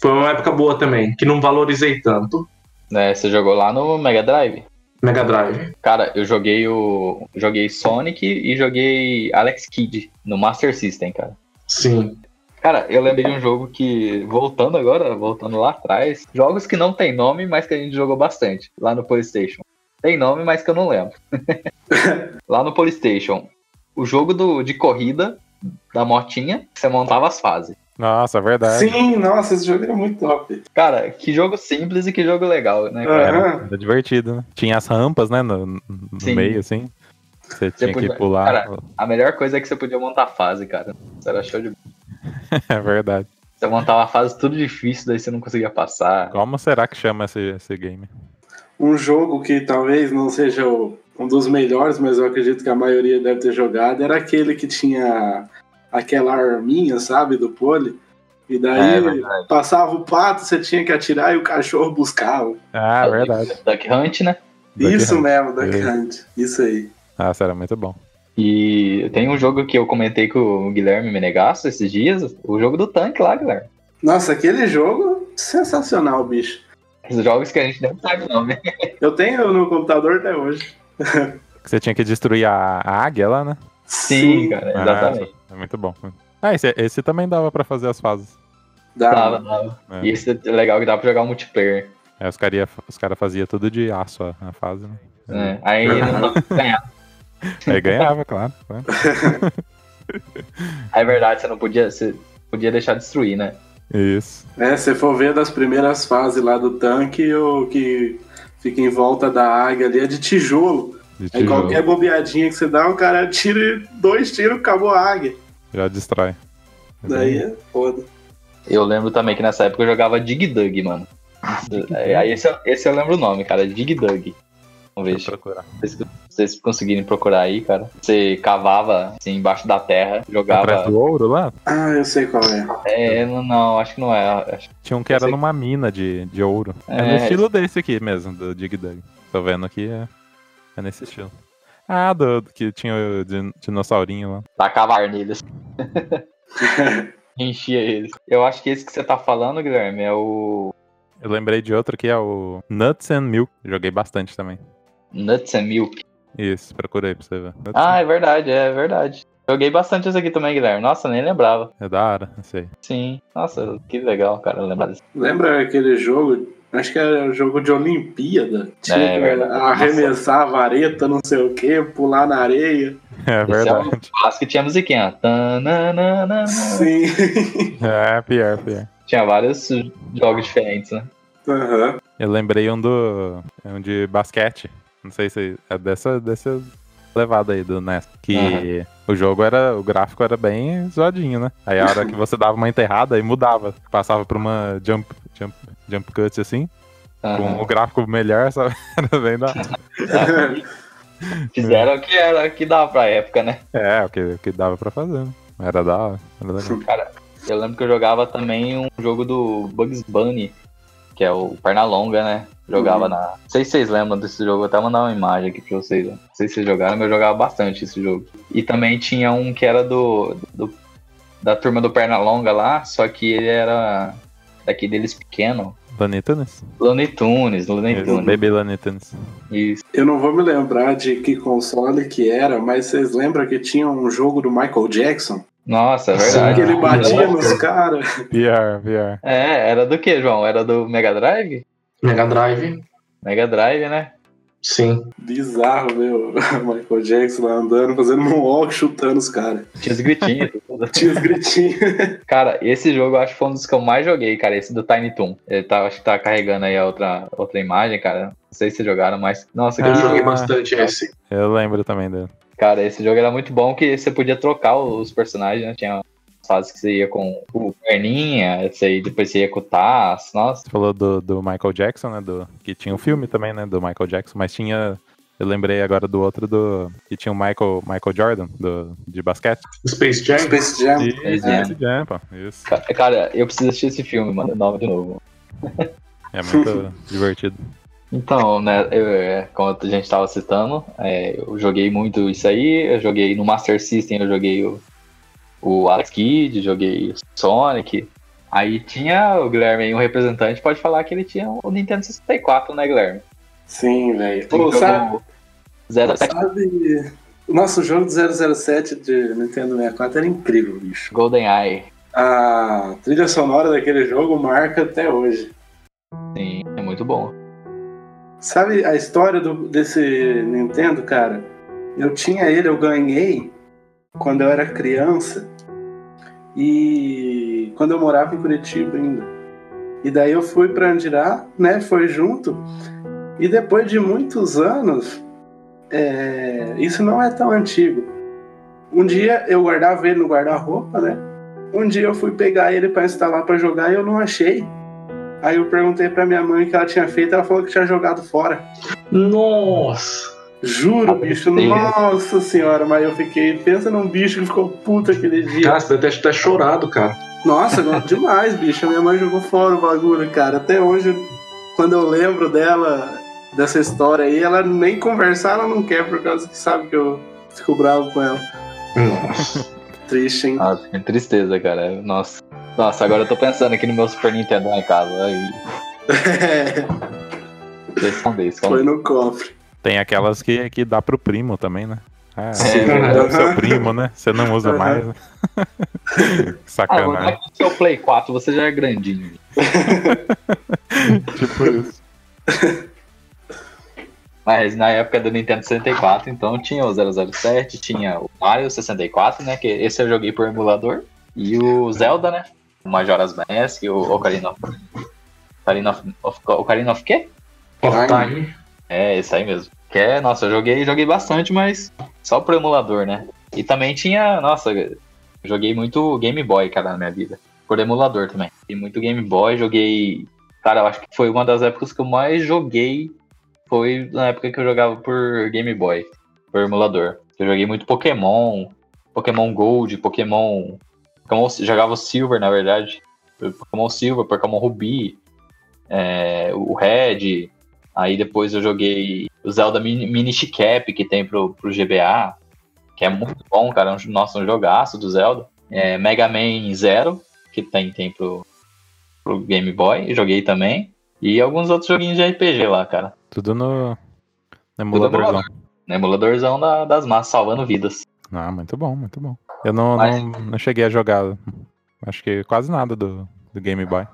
foi uma época boa também, que não valorizei tanto. né, você jogou lá no Mega Drive. Mega Drive. Cara, eu joguei o. Joguei Sonic e joguei Alex Kidd no Master System, cara. Sim. Cara, eu lembrei de um jogo que. Voltando agora, voltando lá atrás. Jogos que não tem nome, mas que a gente jogou bastante. Lá no Playstation. Tem nome, mas que eu não lembro. lá no Playstation. O jogo do, de corrida da motinha, que você montava as fases. Nossa, verdade. Sim, nossa, esse jogo era muito top. Cara, que jogo simples e que jogo legal, né, cara? Aham. Era divertido, né? Tinha as rampas, né? No, no Sim. meio, assim. Você tinha podia- que pular. A melhor coisa é que você podia montar fase, cara. Isso era show de. é verdade. Você montava fase tudo difícil, daí você não conseguia passar. Como será que chama esse, esse game? um jogo que talvez não seja o- um dos melhores, mas eu acredito que a maioria deve ter jogado, era aquele que tinha aquela arminha, sabe, do pole. E É, daí é verdade. passava o pato, você tinha que atirar e o cachorro buscava. Ah, verdade. Duck Hunt, né? Duck Isso Hunt. mesmo, É. Duck Beleza. Hunt. Isso aí. Nossa, era muito bom. E tem um jogo que eu comentei com o Guilherme Menegasso esses dias, o jogo do tanque lá, Guilherme. Nossa, aquele jogo sensacional, bicho. Os jogos que a gente não sabe o nome. Eu tenho no computador até hoje. Que Você tinha que destruir a, a águia lá, né? Sim, cara, Ah, exatamente. É muito bom. Ah, esse, esse também dava pra fazer as fases. Dava, Dava. dava. né? E esse é legal que dá pra jogar multiplayer. Aí os caras os cara faziam tudo de aço a, a fase, né? Né? Aí não dá pra ganhar. Aí ganhava, claro. né? É verdade, você não podia. Você podia deixar destruir, né? Isso. É, se for ver das primeiras fases lá do tanque, o que fica em volta da águia ali é de tijolo. De Aí tijolo. qualquer bobeadinha que você dá, o cara tira e dois tiros, acabou a águia. Já destrói. Daí é foda. Eu lembro também que nessa época eu jogava Dig Dug, mano. Aí esse, eu- esse eu lembro o nome, cara, Dig Dug. Vamos ver se Deixa eu procurar. vocês, se vocês conseguirem procurar aí, cara. Você cavava assim embaixo da terra, Atrás jogava. do ouro lá? Ah, eu sei qual é. É, não, não, acho que não é. Acho Tinha um que era sei. numa mina de, de ouro. É, no É. estilo desse aqui mesmo, do Dig Dug. Tô vendo aqui, é, é nesse estilo. Ah, do, do que tinha o din- dinossaurinho lá. Tacava arnilhas. Enchia eles. Eu acho que esse que você tá falando, Guilherme, é o Eu lembrei de outro que é o Nuts and Milk. Joguei bastante também. Nuts and Milk. Isso, procurei pra você ver. Nuts Ah, and- é verdade, é verdade. Joguei bastante esse aqui também, Guilherme. Nossa, nem lembrava. É da hora, não sei. Sim. Nossa, que legal, cara, lembrar disso. Lembra aquele jogo? Acho que era jogo de Olimpíada. Tinha É, que verdade. arremessar a vareta, não sei o que, pular na areia. É verdade. Acho que tinha musiquinha. Tananana. Sim. É, pior, pior. Tinha vários jogos diferentes, né? Aham. Eu lembrei um do. Um é de basquete. Não sei se é dessa, dessa levada aí do NES. Que o jogo era. O gráfico era bem zoadinho, né? Aí a hora que você dava uma enterrada aí mudava. Passava pra uma jump, jump, jump cut assim. Com Aham. o gráfico melhor, sabe? Era bem da. Fizeram o que era o que dava pra época, né? É, o que, o que dava pra fazer, né? Era da hora. Era legal. Eu lembro que eu jogava também um jogo do Bugs Bunny, que é o Pernalonga, né? Jogava Uhum. na. Não sei se vocês lembram desse jogo, eu até mandar uma imagem aqui pra vocês. ó. Não sei se vocês jogaram, mas eu jogava bastante esse jogo. E também tinha um que era do. do- da turma do Pernalonga lá, só que ele era daqui deles pequeno. Looney Tunes? Looney Tunes, Looney Isso, Tunes. Baby Looney Tunes. Isso. Eu não vou me lembrar de que console que era, mas vocês lembram que tinha um jogo do Michael Jackson? Nossa, é Sim, verdade. que ele batia Nossa. nos caras. VR, VR. É, era do que, João? Era do Mega Drive? Mega Drive, Mega Drive, né? sim. Bizarro, meu. Michael Jackson lá andando, fazendo um walk, chutando os caras. Tinha os gritinhos. tudo. Tinha os gritinhos. Cara, esse jogo eu acho que foi um dos que eu mais joguei, cara. Esse do Tiny Toon. Ele tá, acho que tá carregando aí a outra, outra imagem, cara. Não sei se jogaram, mas. Nossa, que Eu Ah. joguei bastante esse. Eu lembro também dele. cara, esse jogo era muito bom que você podia trocar os personagens, né? Tinha fases que você ia com o Perninha, você ia- depois você ia com o Taz. Nossa, Você falou do, do Michael Jackson, né? Do, que tinha um filme também, né? Do Michael Jackson, mas tinha. Eu lembrei agora do outro do. Que tinha o Michael, Michael Jordan, do, de basquete. Space Jam. Space Jam. E Jam. Space Jam, pô. Isso. ca- cara, eu preciso assistir esse filme, mano. Nome de novo. É muito divertido. Então, né, eu, é, como a gente tava citando, é, eu joguei muito isso aí, eu joguei no Master System, eu joguei o, o Alex Kidd, joguei o Sonic. Aí tinha o Guilherme aí, um representante, pode falar que ele tinha o Nintendo 64, né, Guilherme? Sim, velho. Pô, Ele sabe, jogou Zero Tech sabe. O nosso jogo do 007 de Nintendo 64 era incrível, bicho. Golden Eye. A trilha sonora daquele jogo marca até hoje. Sim, é muito bom. Sabe a história do- desse Nintendo, cara? Eu tinha ele, eu ganhei quando eu era criança e quando eu morava em Curitiba ainda. E daí eu fui pra Andirá, né? Foi junto. E depois de muitos anos, é, isso não é tão antigo. Um dia eu guardava ele no guarda-roupa, né? Um dia eu fui pegar ele pra instalar pra jogar e eu não achei. Aí eu perguntei pra minha mãe o que ela tinha feito, ela falou que tinha jogado fora. Nossa! Juro, Ah, bicho, tem, né? nossa senhora, mas eu fiquei. Pensa num bicho que ficou puto aquele dia. Cara, você deve ter chorado, cara. Nossa, agora demais, bicho. A minha mãe jogou fora o bagulho, cara. Até hoje, quando eu lembro dela, dessa história aí, ela nem conversar, ela não quer, por causa que sabe que eu fico bravo com ela. Nossa. Triste, hein? Nossa, Ah, que tristeza, cara. Nossa. Nossa, agora eu tô pensando aqui no meu Super Nintendo lá em casa. Aí, responder isso. É, Foi no cofre. Tem aquelas que, que dá pro primo também, né? Ah, Sim. dá pro seu primo, né? Você não usa Aham. mais. né? Ah, mas Sacanagem. é que o seu Play 4 você já é grandinho. tipo isso. Mas na época do Nintendo 64, então tinha o 007, tinha o Mario 64, né? Que esse eu joguei por emulador. E o Zelda, né? O Majora's Mask, o Ocarina of... Ocarina of... of- Ocarina of quê? Off time. É, esse aí mesmo. Que é, nossa, eu joguei, joguei bastante, mas só pro emulador, né? E também tinha, nossa, eu joguei muito Game Boy, cara, na minha vida. Por emulador também. E muito Game Boy, joguei. Cara, eu acho que foi uma das épocas que eu mais joguei. Foi na época que eu jogava por Game Boy, por emulador. Eu joguei muito Pokémon, Pokémon Gold, Pokémon. Pokémon jogava o Silver, na verdade. Pokémon Silver, Pokémon Ruby, é, o Red. Aí depois eu joguei o Zelda Mini, Mini Cap que tem pro, pro GBA, que é muito bom, cara. É um- nossa, um jogaço do Zelda. É, Mega Man Zero, que tem, tem pro, pro Game Boy, joguei também. E alguns outros joguinhos de RPG lá, cara. Tudo no. no Emuladorzão. No Emuladorzão da- das massas, salvando vidas. Ah, muito bom, muito bom. Eu não, Mas- não, não cheguei a jogar. Acho que quase nada do, do Game Boy.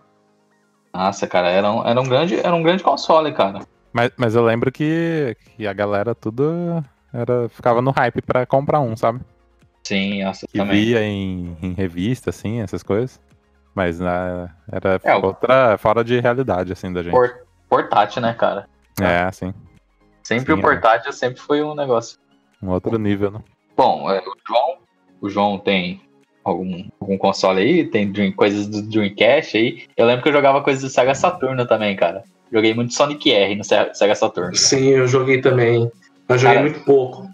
Nossa, cara, era um, era um, grande, era um grande console, cara. Mas, mas eu lembro que, que a galera tudo era, ficava no hype pra comprar um, sabe? Sim, nossa, Que também. via em, em revista, assim, essas coisas. Mas na, era É, o- outra, fora de realidade, assim, da gente. Por- portátil, né, cara? É, assim. Sempre Sim, o portátil sempre foi um negócio. Um outro nível, né? Bom, é, o João, o João tem algum, algum console aí, tem Dream- coisas do Dreamcast aí. Eu lembro que eu jogava coisas do Sega Saturno também, cara. Joguei muito Sonic R no Se- Sega Saturno. Sim, eu joguei também. Mas joguei Cara, muito pouco.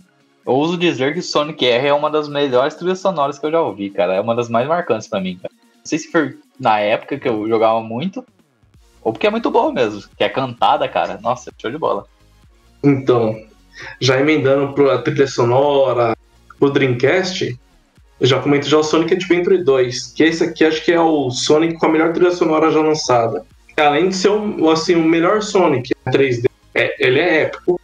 Eu ouso dizer que Sonic R é uma das melhores trilhas sonoras que eu já ouvi, cara. É uma das mais marcantes pra mim, cara. Não sei se foi na época que eu jogava muito, ou porque é muito boa mesmo. Que é cantada, cara. Nossa, show de bola. Então, já emendando pra trilha sonora, pro Dreamcast, eu já comento já o Sonic Adventure 2, que esse aqui acho que é o Sonic com a melhor trilha sonora já lançada. Além de ser o, assim, o melhor Sonic 3D, é- ele é épico.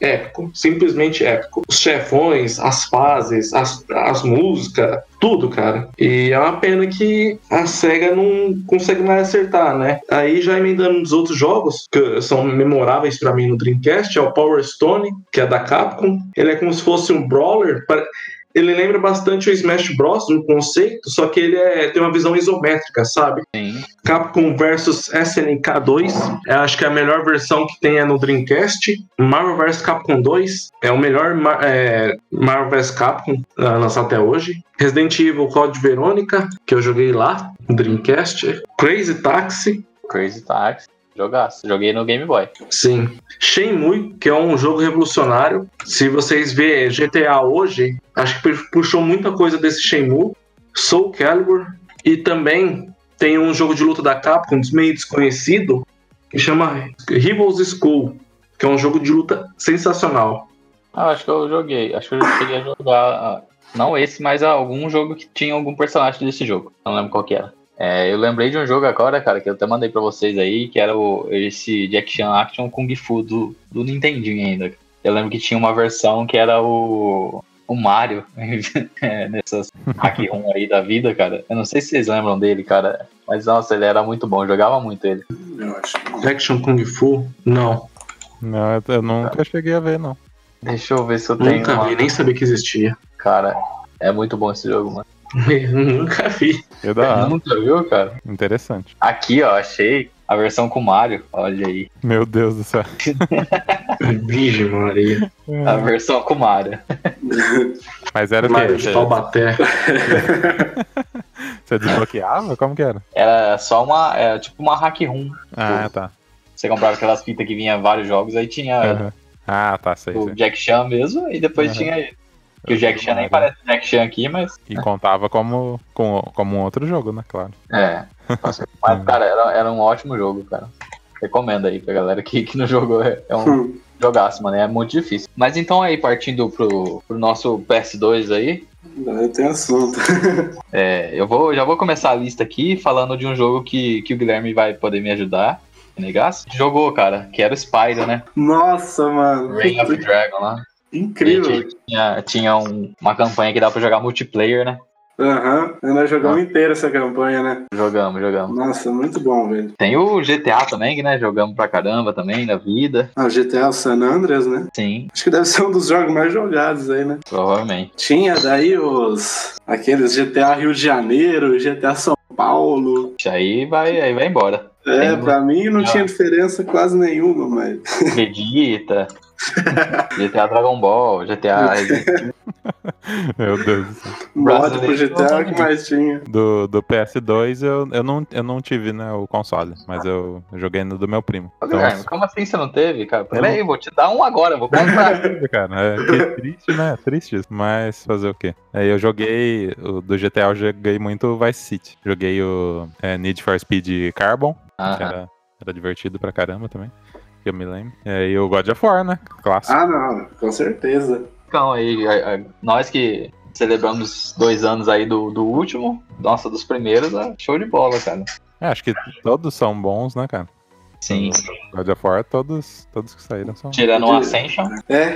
Épico, simplesmente épico. Os chefões, as fases, as, as músicas, tudo, cara. E é uma pena que a SEGA não consegue mais acertar, né? Aí já emendando nos outros jogos, que são memoráveis pra mim no Dreamcast, é o Power Stone, que é da Capcom. Ele é como se fosse um brawler. pare- Ele lembra bastante o Smash Bros. no conceito, só que ele é- tem uma visão isométrica, sabe? Sim. Capcom vs SNK 2. Eu é, acho que a melhor versão que tem é no Dreamcast. Marvel vs Capcom 2 é o melhor ma- é, Marvel vs Capcom ah, lançado até hoje. Resident Evil Code Verônica, que eu joguei lá no Dreamcast. Crazy Taxi, Crazy Taxi. Jogaço. Joguei no Game Boy. sim. Shenmue, que é um jogo revolucionário. Se vocês verem GTA hoje, acho que pu- puxou muita coisa desse Shenmue. Soul Calibur. E também tem um jogo de luta da Capcom, meio desconhecido, que chama Rivals School, que é um jogo de luta sensacional. Ah, acho que eu joguei. Acho que eu queria jogar. ah, Não esse, mas algum jogo que tinha algum personagem desse jogo. Não lembro qual que era. É, eu lembrei de um jogo agora, cara, que eu até mandei pra vocês aí, que era o, esse Jack Chan Action Kung Fu do, do Nintendinho ainda. Eu lembro que tinha uma versão que era o, o Mario, é, nessas hack ROM aí da vida, cara. Eu não sei se vocês lembram dele, cara, mas nossa, ele era muito bom, eu jogava muito ele. Eu acho. Action Kung Fu? Não, Não, eu- eu nunca cheguei a ver, não. Deixa eu ver se eu tenho nunca uma. vi, nem sabia que existia. Cara, é muito bom esse jogo, mano. nunca vi. Eu É, da hora. Nunca viu, cara? Interessante. Aqui, ó, achei a versão com o Mario. Olha aí. Meu Deus do céu. Virgem Maria. É. A versão com o Mario. Mas era o Maria quê? de Você, Taubaté. você desbloqueava? Como que era? Era só uma. Era tipo uma hack room. Ah, tá. Você comprava aquelas fitas que vinha vários jogos, aí tinha Aham. Ah, tá, sei, é. o sei. Jack Chan mesmo, e depois Aham. tinha ele. Que o Jack Chan nem parece Jack Chan aqui, mas. E contava como, com- como um outro jogo, né? Claro. É. Nossa, mas, cara, era, era um ótimo jogo, cara. Recomendo aí pra galera que, que não jogou. É, é um Hum. jogaço, mano. É muito difícil. Mas então aí, partindo pro, pro nosso PS2 aí, Eu tenho assunto. É, eu vou, já vou começar a lista aqui falando de um jogo que, que o Guilherme vai poder me ajudar. Negasse? Jogou, cara, que era o Spyro, né? Nossa, mano. Reign of Dragon lá. Incrível. Gente, Tinha, tinha um- uma campanha que dava pra jogar multiplayer, né? Aham. Nós jogamos inteira essa campanha, né? Jogamos, jogamos. Nossa, muito bom, velho. Tem o GTA também, que, né? Jogamos pra caramba também na vida. Ah, o GTA San Andreas, né? Sim, Acho que deve ser um dos jogos mais jogados aí, né? provavelmente. Tinha daí os. aqueles GTA Rio de Janeiro, GTA São Paulo. Isso aí vai, aí vai embora. É, Tem- pra mim não Ah. tinha diferença quase nenhuma, mas. Vegeta. GTA Dragon Ball, GTA Resident Meu Deus do céu. Modo pro Brasileiro, GTA é o que mais tinha. Do, do PS2 eu, eu, não, eu não tive, né, o console, mas eu joguei no do meu primo. Então, é Ô, Guilherme, como assim você não teve, cara? Peraí, vou te dar um agora, vou Ah, comprar. teve, cara. É, que triste, né? Triste, isso, mas fazer o quê? Aí eu joguei, o- do GTA eu joguei muito Vice City. Joguei o é, Need for Speed Carbon, que Aham. era, era divertido pra caramba também, que eu me lembro. É, e o God of War, né? Clássico. Ah, não, com certeza. Então, aí, a- a- nós que celebramos dois anos aí do, do último, nossa, dos primeiros, é show de bola, cara. É, acho que todos são bons, né, cara? Sim. God of War, todos, todos que saíram são... Tirando o Ascension, É.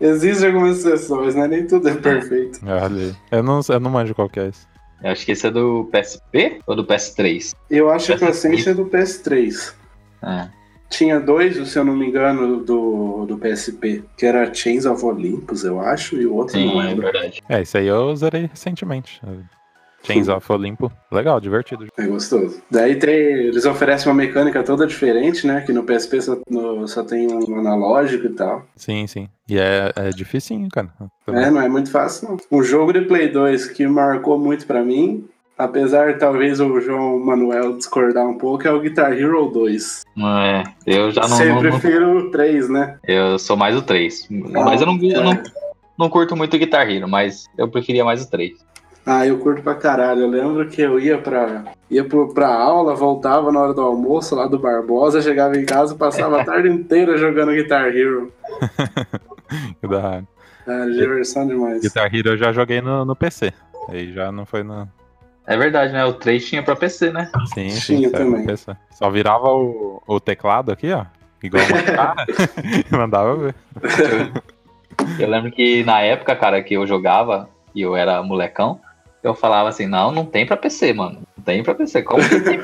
Existem algumas exceções, né? Nem tudo é perfeito. Olha aí. Eu não, eu não manjo qual que é esse. eu acho que esse é do PSP ou do PS3? Eu acho que o Ascension é do PS3. É. Tinha dois, se eu não me engano, do, do PSP, que era Chains of Olympus, eu acho, e o outro Sim, não é lembro. verdade. É, isso aí eu zerei recentemente. Chains of Olimpo. Legal, divertido. É gostoso. Daí tem, eles oferecem uma mecânica toda diferente, né? Que no PSP só, no- só tem um analógico e tal. Sim, sim. E é, é dificinho, cara. Uhum. É, não é muito fácil, não. Um jogo de Play 2 que marcou muito pra mim, apesar talvez o João Manuel discordar um pouco, é o Guitar Hero 2. Não é, eu já não, Sempre não- não- prefiro o 3, né? Eu sou mais o 3. Ah, Mas eu não, eu não, não curto muito o Guitar Hero, mas eu preferia mais o 3. Ah, eu curto pra caralho. Eu lembro que eu ia pra, ia pro- pra aula, voltava na hora do almoço lá do Barbosa, chegava em casa e passava a tarde inteira jogando Guitar Hero. Que da hora. Ah, diversão demais. Guitar Hero eu já joguei no, no PC. Aí já não foi na. É verdade, né? O 3 tinha pra PC, né? Sim, Sim, sim, eu saiu no também. PC. Só virava o, o teclado aqui, ó. Igual uma cara. e mandava ver. Eu lembro que na época, cara, que eu jogava e eu era molecão, eu falava assim, não, não tem pra PC, mano. Não tem pra PC. Como que tem?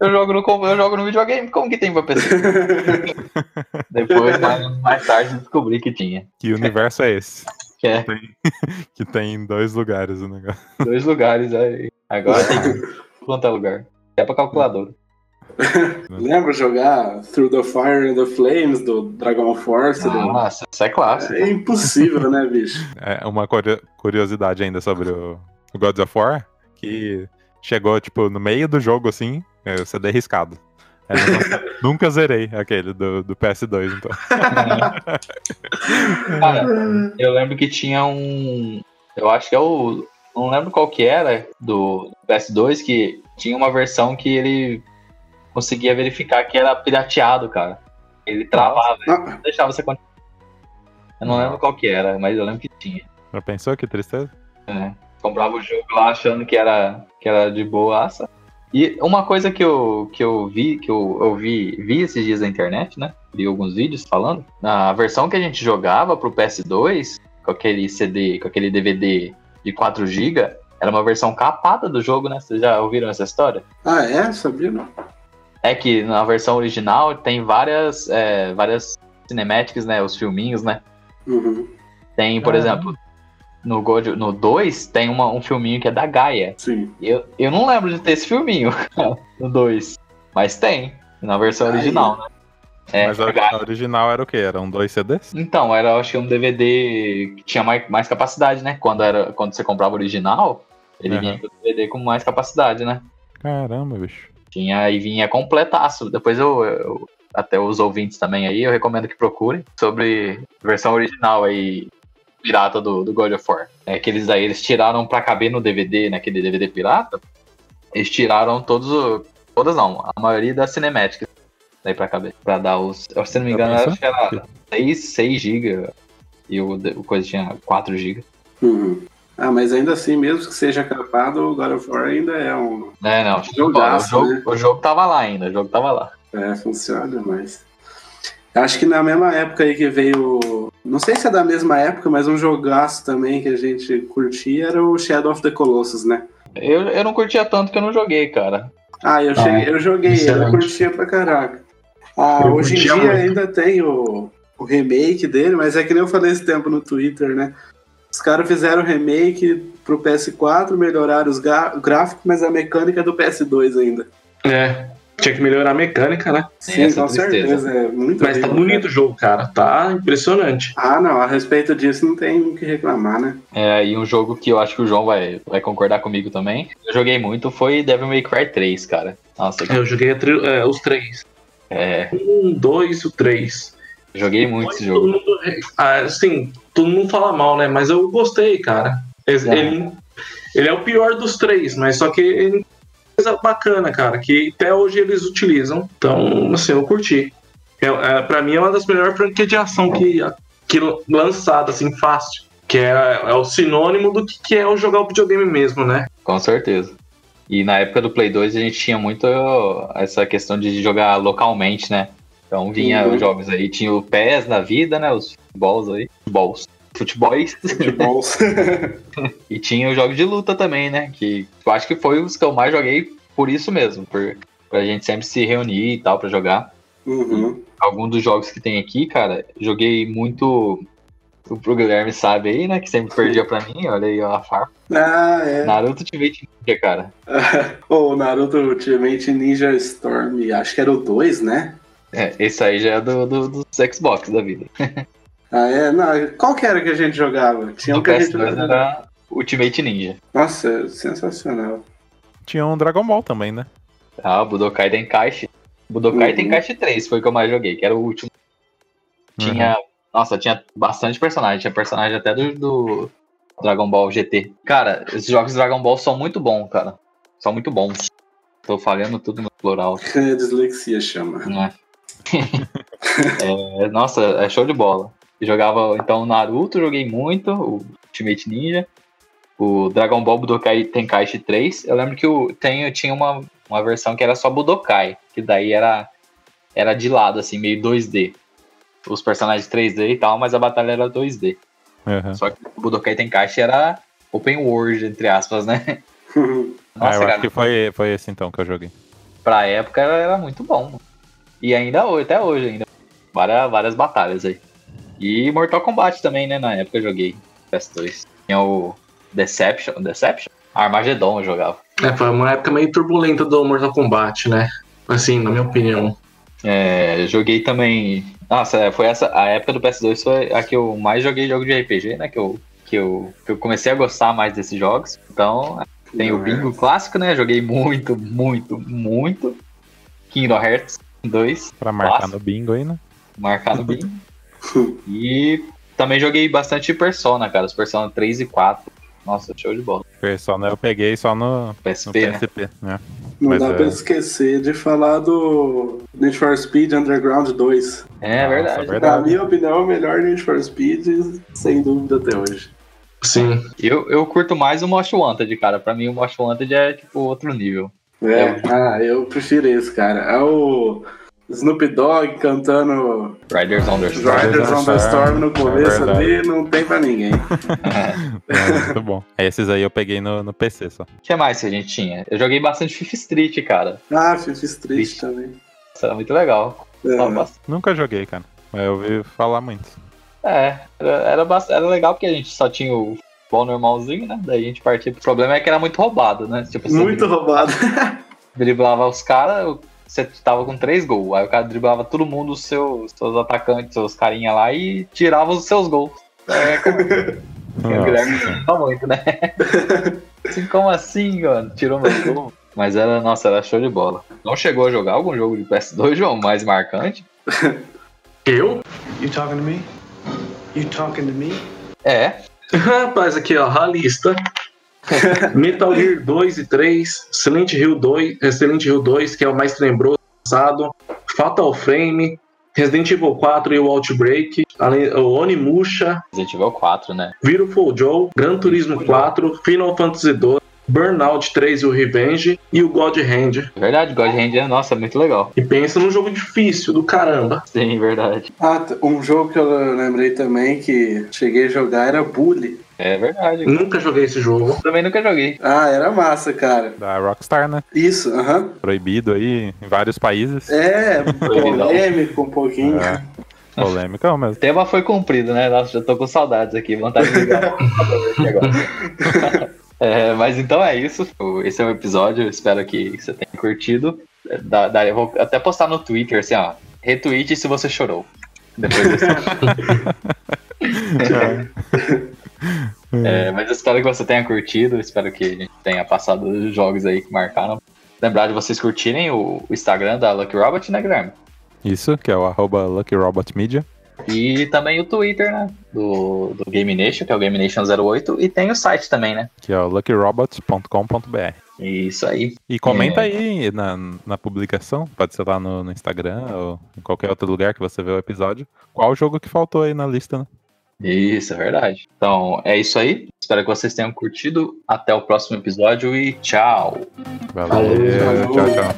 eu, jogo no, com- eu jogo no videogame, como que tem pra PC? Depois, mais, mais tarde, eu descobri que tinha. Que universo é esse? Que é Que tem em dois lugares o negócio. dois lugares aí. Agora tem quanto é lugar. É pra calculadora. Lembra jogar Through the Fire and the Flames do Dragon Force? do- Nossa, isso é clássico. É impossível, né, bicho? É uma curio- curiosidade ainda sobre o, o God of War, que chegou, tipo, no meio do jogo, assim, é, CD riscado. É, nunca, nunca zerei aquele do, do PS2, então. Cara, eu lembro que tinha um. Eu acho que é o. Não lembro qual que era do PS2 que tinha uma versão que ele conseguia verificar que era pirateado, cara. Ele travava, ele Ah, não deixava você continuar. Eu não lembro qual que era, mas eu lembro que tinha. Já pensou que tristeza? Comprava o jogo lá achando que era, que era de boaça. E uma coisa que eu, que eu vi, que eu, eu vi, vi esses dias na internet, né? Vi alguns vídeos falando. A versão que a gente jogava pro PS2, com aquele CD, com aquele DVD de 4GB, era uma versão capada do jogo, né? Vocês já ouviram essa história? ah, é? Sabia não? É que na versão original tem várias, é, várias cinemáticas, né? Os filminhos, né? Uhum, Tem, por Ah. exemplo, no, God, no 2 tem uma- um filminho que é da Gaia. sim. Eu, eu não lembro de ter esse filminho no 2. Mas tem. Na versão Aí. original, né? É, Mas a, cara. a original era o quê? Eram dois CDs? Então, era, eu achei um DVD que tinha mais, mais capacidade, né? Quando, era, quando você comprava o original, ele Aham. vinha com o DVD com mais capacidade, né? Caramba, bicho. Tinha e vinha completaço. Depois eu, eu- até os ouvintes também aí, eu recomendo que procurem sobre a versão original aí pirata do, do God of War. É que eles daí eles tiraram pra caber no DVD, naquele DVD pirata, eles tiraram todos o- todas não, a maioria das cinemáticas daí pra caber, pra dar os, eu, se não me Já engano, pensou? acho que era 6, 6 GB e o, de- o coisa tinha 4 GB. Uhum. Ah, mas ainda assim, mesmo que seja capado, o God of War ainda é um. É, não, Jogaço, o, jogo, né? o jogo tava lá ainda, o jogo tava lá. É, funciona demais. Acho que na mesma época aí que veio. Não sei se é da mesma época, mas um jogaço também que a gente curtia era o Shadow of the Colossus, né? Eu, eu não curtia tanto que eu não joguei, cara. Ah, eu, Ah, cheguei, eu joguei, eu excelente. curtia pra caraca. Ah, Eu hoje em curtia dia muito. ainda tem o, o remake dele, mas é que nem eu falei esse tempo no Twitter, né? Os caras fizeram o remake pro PS4, melhoraram os ga- o gráfico, mas a mecânica é do PS2 ainda. É. Tinha que melhorar a mecânica, né? Sim, essa com tristeza. certeza. É muito Mas tá horrível, bonito o jogo, cara. Tá impressionante. Ah, não, a respeito disso não tem o que reclamar, né? É, e um jogo que eu acho que o João vai, vai concordar comigo também. Eu joguei muito foi Devil May Cry 3, cara. Nossa, Eu joguei a tri- é, os três. é, Um, dois, o três. joguei muito esse Todo jogo. mundo, ah, assim, todo mundo fala mal, né? Mas eu gostei, cara. Ele, É. ele, ele é o pior dos três, mas só que ele é uma coisa bacana, cara, que até hoje eles utilizam. Então, assim, eu curti. É, é, pra mim é uma das melhores franquias de ação que, que lançada, assim, fácil. Que é, é o sinônimo do que, que é o jogar o videogame mesmo, né? Com certeza. E na época do Play 2 a gente tinha muito essa questão de jogar localmente, né? Então vinha Uhum. os jogos aí, tinha o PES na vida, né? Os futebols aí. Futebols. Futebols. Futebol. E tinha os jogos de luta também, né? Que eu acho que foi os que eu mais joguei por isso mesmo. Por, pra gente sempre se reunir e tal pra jogar. uhum. algum dos jogos que tem aqui, cara, joguei muito O pro Guilherme sabe aí, né? Que sempre perdia pra mim. Olha aí, ó, a farpa. Ah, é. Naruto Ultimate Ninja, cara. Ou o Naruto Ultimate Ninja Storm, acho que era o 2, né? É, esse aí já é do, do, dos Xbox da vida. Ah, é? Não, qual que era que a gente jogava? Tinha um No que a gente PS2 jogava. era Ultimate Ninja. Nossa, é sensacional. Tinha um Dragon Ball também, né? Ah, Budokai Tenkaichi. Budokai Uhum. Tenkaichi 3 foi o que eu mais joguei, que era o último. Tinha. Nossa, tinha bastante personagem. Tinha personagem até do, do Dragon Ball GT. Cara, esses jogos de Dragon Ball são muito bons, cara. São muito bons. Tô falando tudo no plural, Dislexia chama. né? É, nossa, é show de bola. Eu jogava, então, o Naruto, joguei muito, o Ultimate Ninja, o Dragon Ball Budokai Tenkaichi 3. Eu lembro que o, tem, tinha uma, uma versão que era só Budokai, que daí era, era de lado, assim, meio 2D. Os personagens 3D e tal, mas a batalha era 2D. Aham. Só que o Budokai Tenkaichi era open world, entre aspas, né? Ah, Nossa, eu acho cara, que foi, foi esse então que eu joguei. pra época era, era muito bom. E ainda hoje, até hoje ainda. Várias, várias batalhas aí. E Mortal Kombat também, né? Na época eu joguei PS2. Tinha o Deception, Deception? Armageddon eu jogava. É, foi uma época meio turbulenta do Mortal Kombat, né? Assim, na minha opinião. É, eu joguei também. Nossa, é, foi essa. A época do PS2 foi a que eu mais joguei jogo de RPG, né? Que eu, que eu, que eu comecei a gostar mais desses jogos. Então, Tem o bingo clássico, né? Joguei muito, muito, muito. Kingdom Hearts 2, Pra marcar Nossa. no bingo aí, né? marcado bingo. E também joguei bastante Persona, cara. Os Persona 3 e 4. Nossa, show de bola. Persona eu peguei só no, no PSP, né? PSP, né? Não Mas dá é. pra esquecer de falar do Need for Speed Underground 2. É Nossa, verdade. Na minha opinião, é o melhor Need for Speed, sem dúvida, até hoje. Sim. Eu, eu curto mais o Most Wanted, cara. Pra mim, o Most Wanted é tipo outro nível. É, ah, eu prefiro esse, cara. É o Snoop Dogg cantando Riders on the Storm. Riders on the Storm no começo É verdade. ali, não tem pra ninguém. É, muito bom. Esses aí eu peguei no, no PC só. O que mais que a gente tinha? Eu joguei bastante Fifth Street, cara. Ah, Fifi Street Vixe. também. Isso era muito legal. É. Tava bastante- Nunca joguei, cara. Mas eu ouvi falar muito. É, era, era, bast- era legal porque a gente só tinha o futebol normalzinho, né? Daí a gente partia. O problema é que era muito roubado, né? Tipo, você Muito roubado. driblava os caras, você tava com três gols. Aí o cara driblava todo mundo, os seus, seus atacantes, seus carinha lá e tirava os seus gols. É, como o Guilherme fala muito, né? Assim, como assim, mano? Tirou meus gols. Mas era, nossa, era show de bola. Não chegou a jogar algum jogo de PS2, João, mais marcante? Eu? You talking to me? You talking to me? É, Rapaz, aqui, ó, a lista. Metal Gear 2 e 3, Silent Hill 2, eh, Silent Hill 2, que é o mais lembroso, passado, Fatal Frame, Resident Evil 4 e o Outbreak, além, o Onimusha, Resident Evil 4, né? Beautiful Joe, Gran Turismo 4, Final Fantasy 2, Burnout 3 e o Revenge e o God Hand. Verdade, God Hand é, nossa, muito legal. E pensa num jogo difícil do caramba. Sim, verdade. Ah, t- um jogo que eu lembrei também que cheguei a jogar era Bully. É verdade. Nunca joguei esse jogo. Também nunca joguei. Ah, era massa, cara. Da Rockstar, né? Isso, aham. Proibido aí em vários países. É, legal. polêmico um pouquinho. É. Polêmica O mesmo. tema foi cumprido, né? Nossa, já tô com saudades aqui, vontade de ligar. É, mas então é isso. Esse é o episódio. eu Espero que você tenha curtido. É, Dá- dá- eu vou até postar no Twitter assim, ó. Retweet se você chorou. Depois desse. É, mas eu espero que você tenha curtido. Espero que a gente tenha passado os jogos aí que marcaram. Lembrar de vocês curtirem o o Instagram da Lucky Robot, né, Guilherme? Isso, que é o arroba Lucky Robot Media. E também o Twitter, né? Do, do Game Nation, que é o Game Nation 08. E tem o site também, né? que é o luckyrobot.com.br. Isso aí. E comenta aí na, na publicação, pode ser lá no, no Instagram ou em qualquer outro lugar que você vê o episódio, qual jogo que faltou aí na lista, né? Isso, é verdade. Então é isso aí. Espero que vocês tenham curtido. Até o próximo episódio e tchau. Valeu, Falou. tchau, tchau.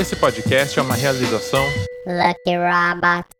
Esse podcast é uma realização Lucky Robot.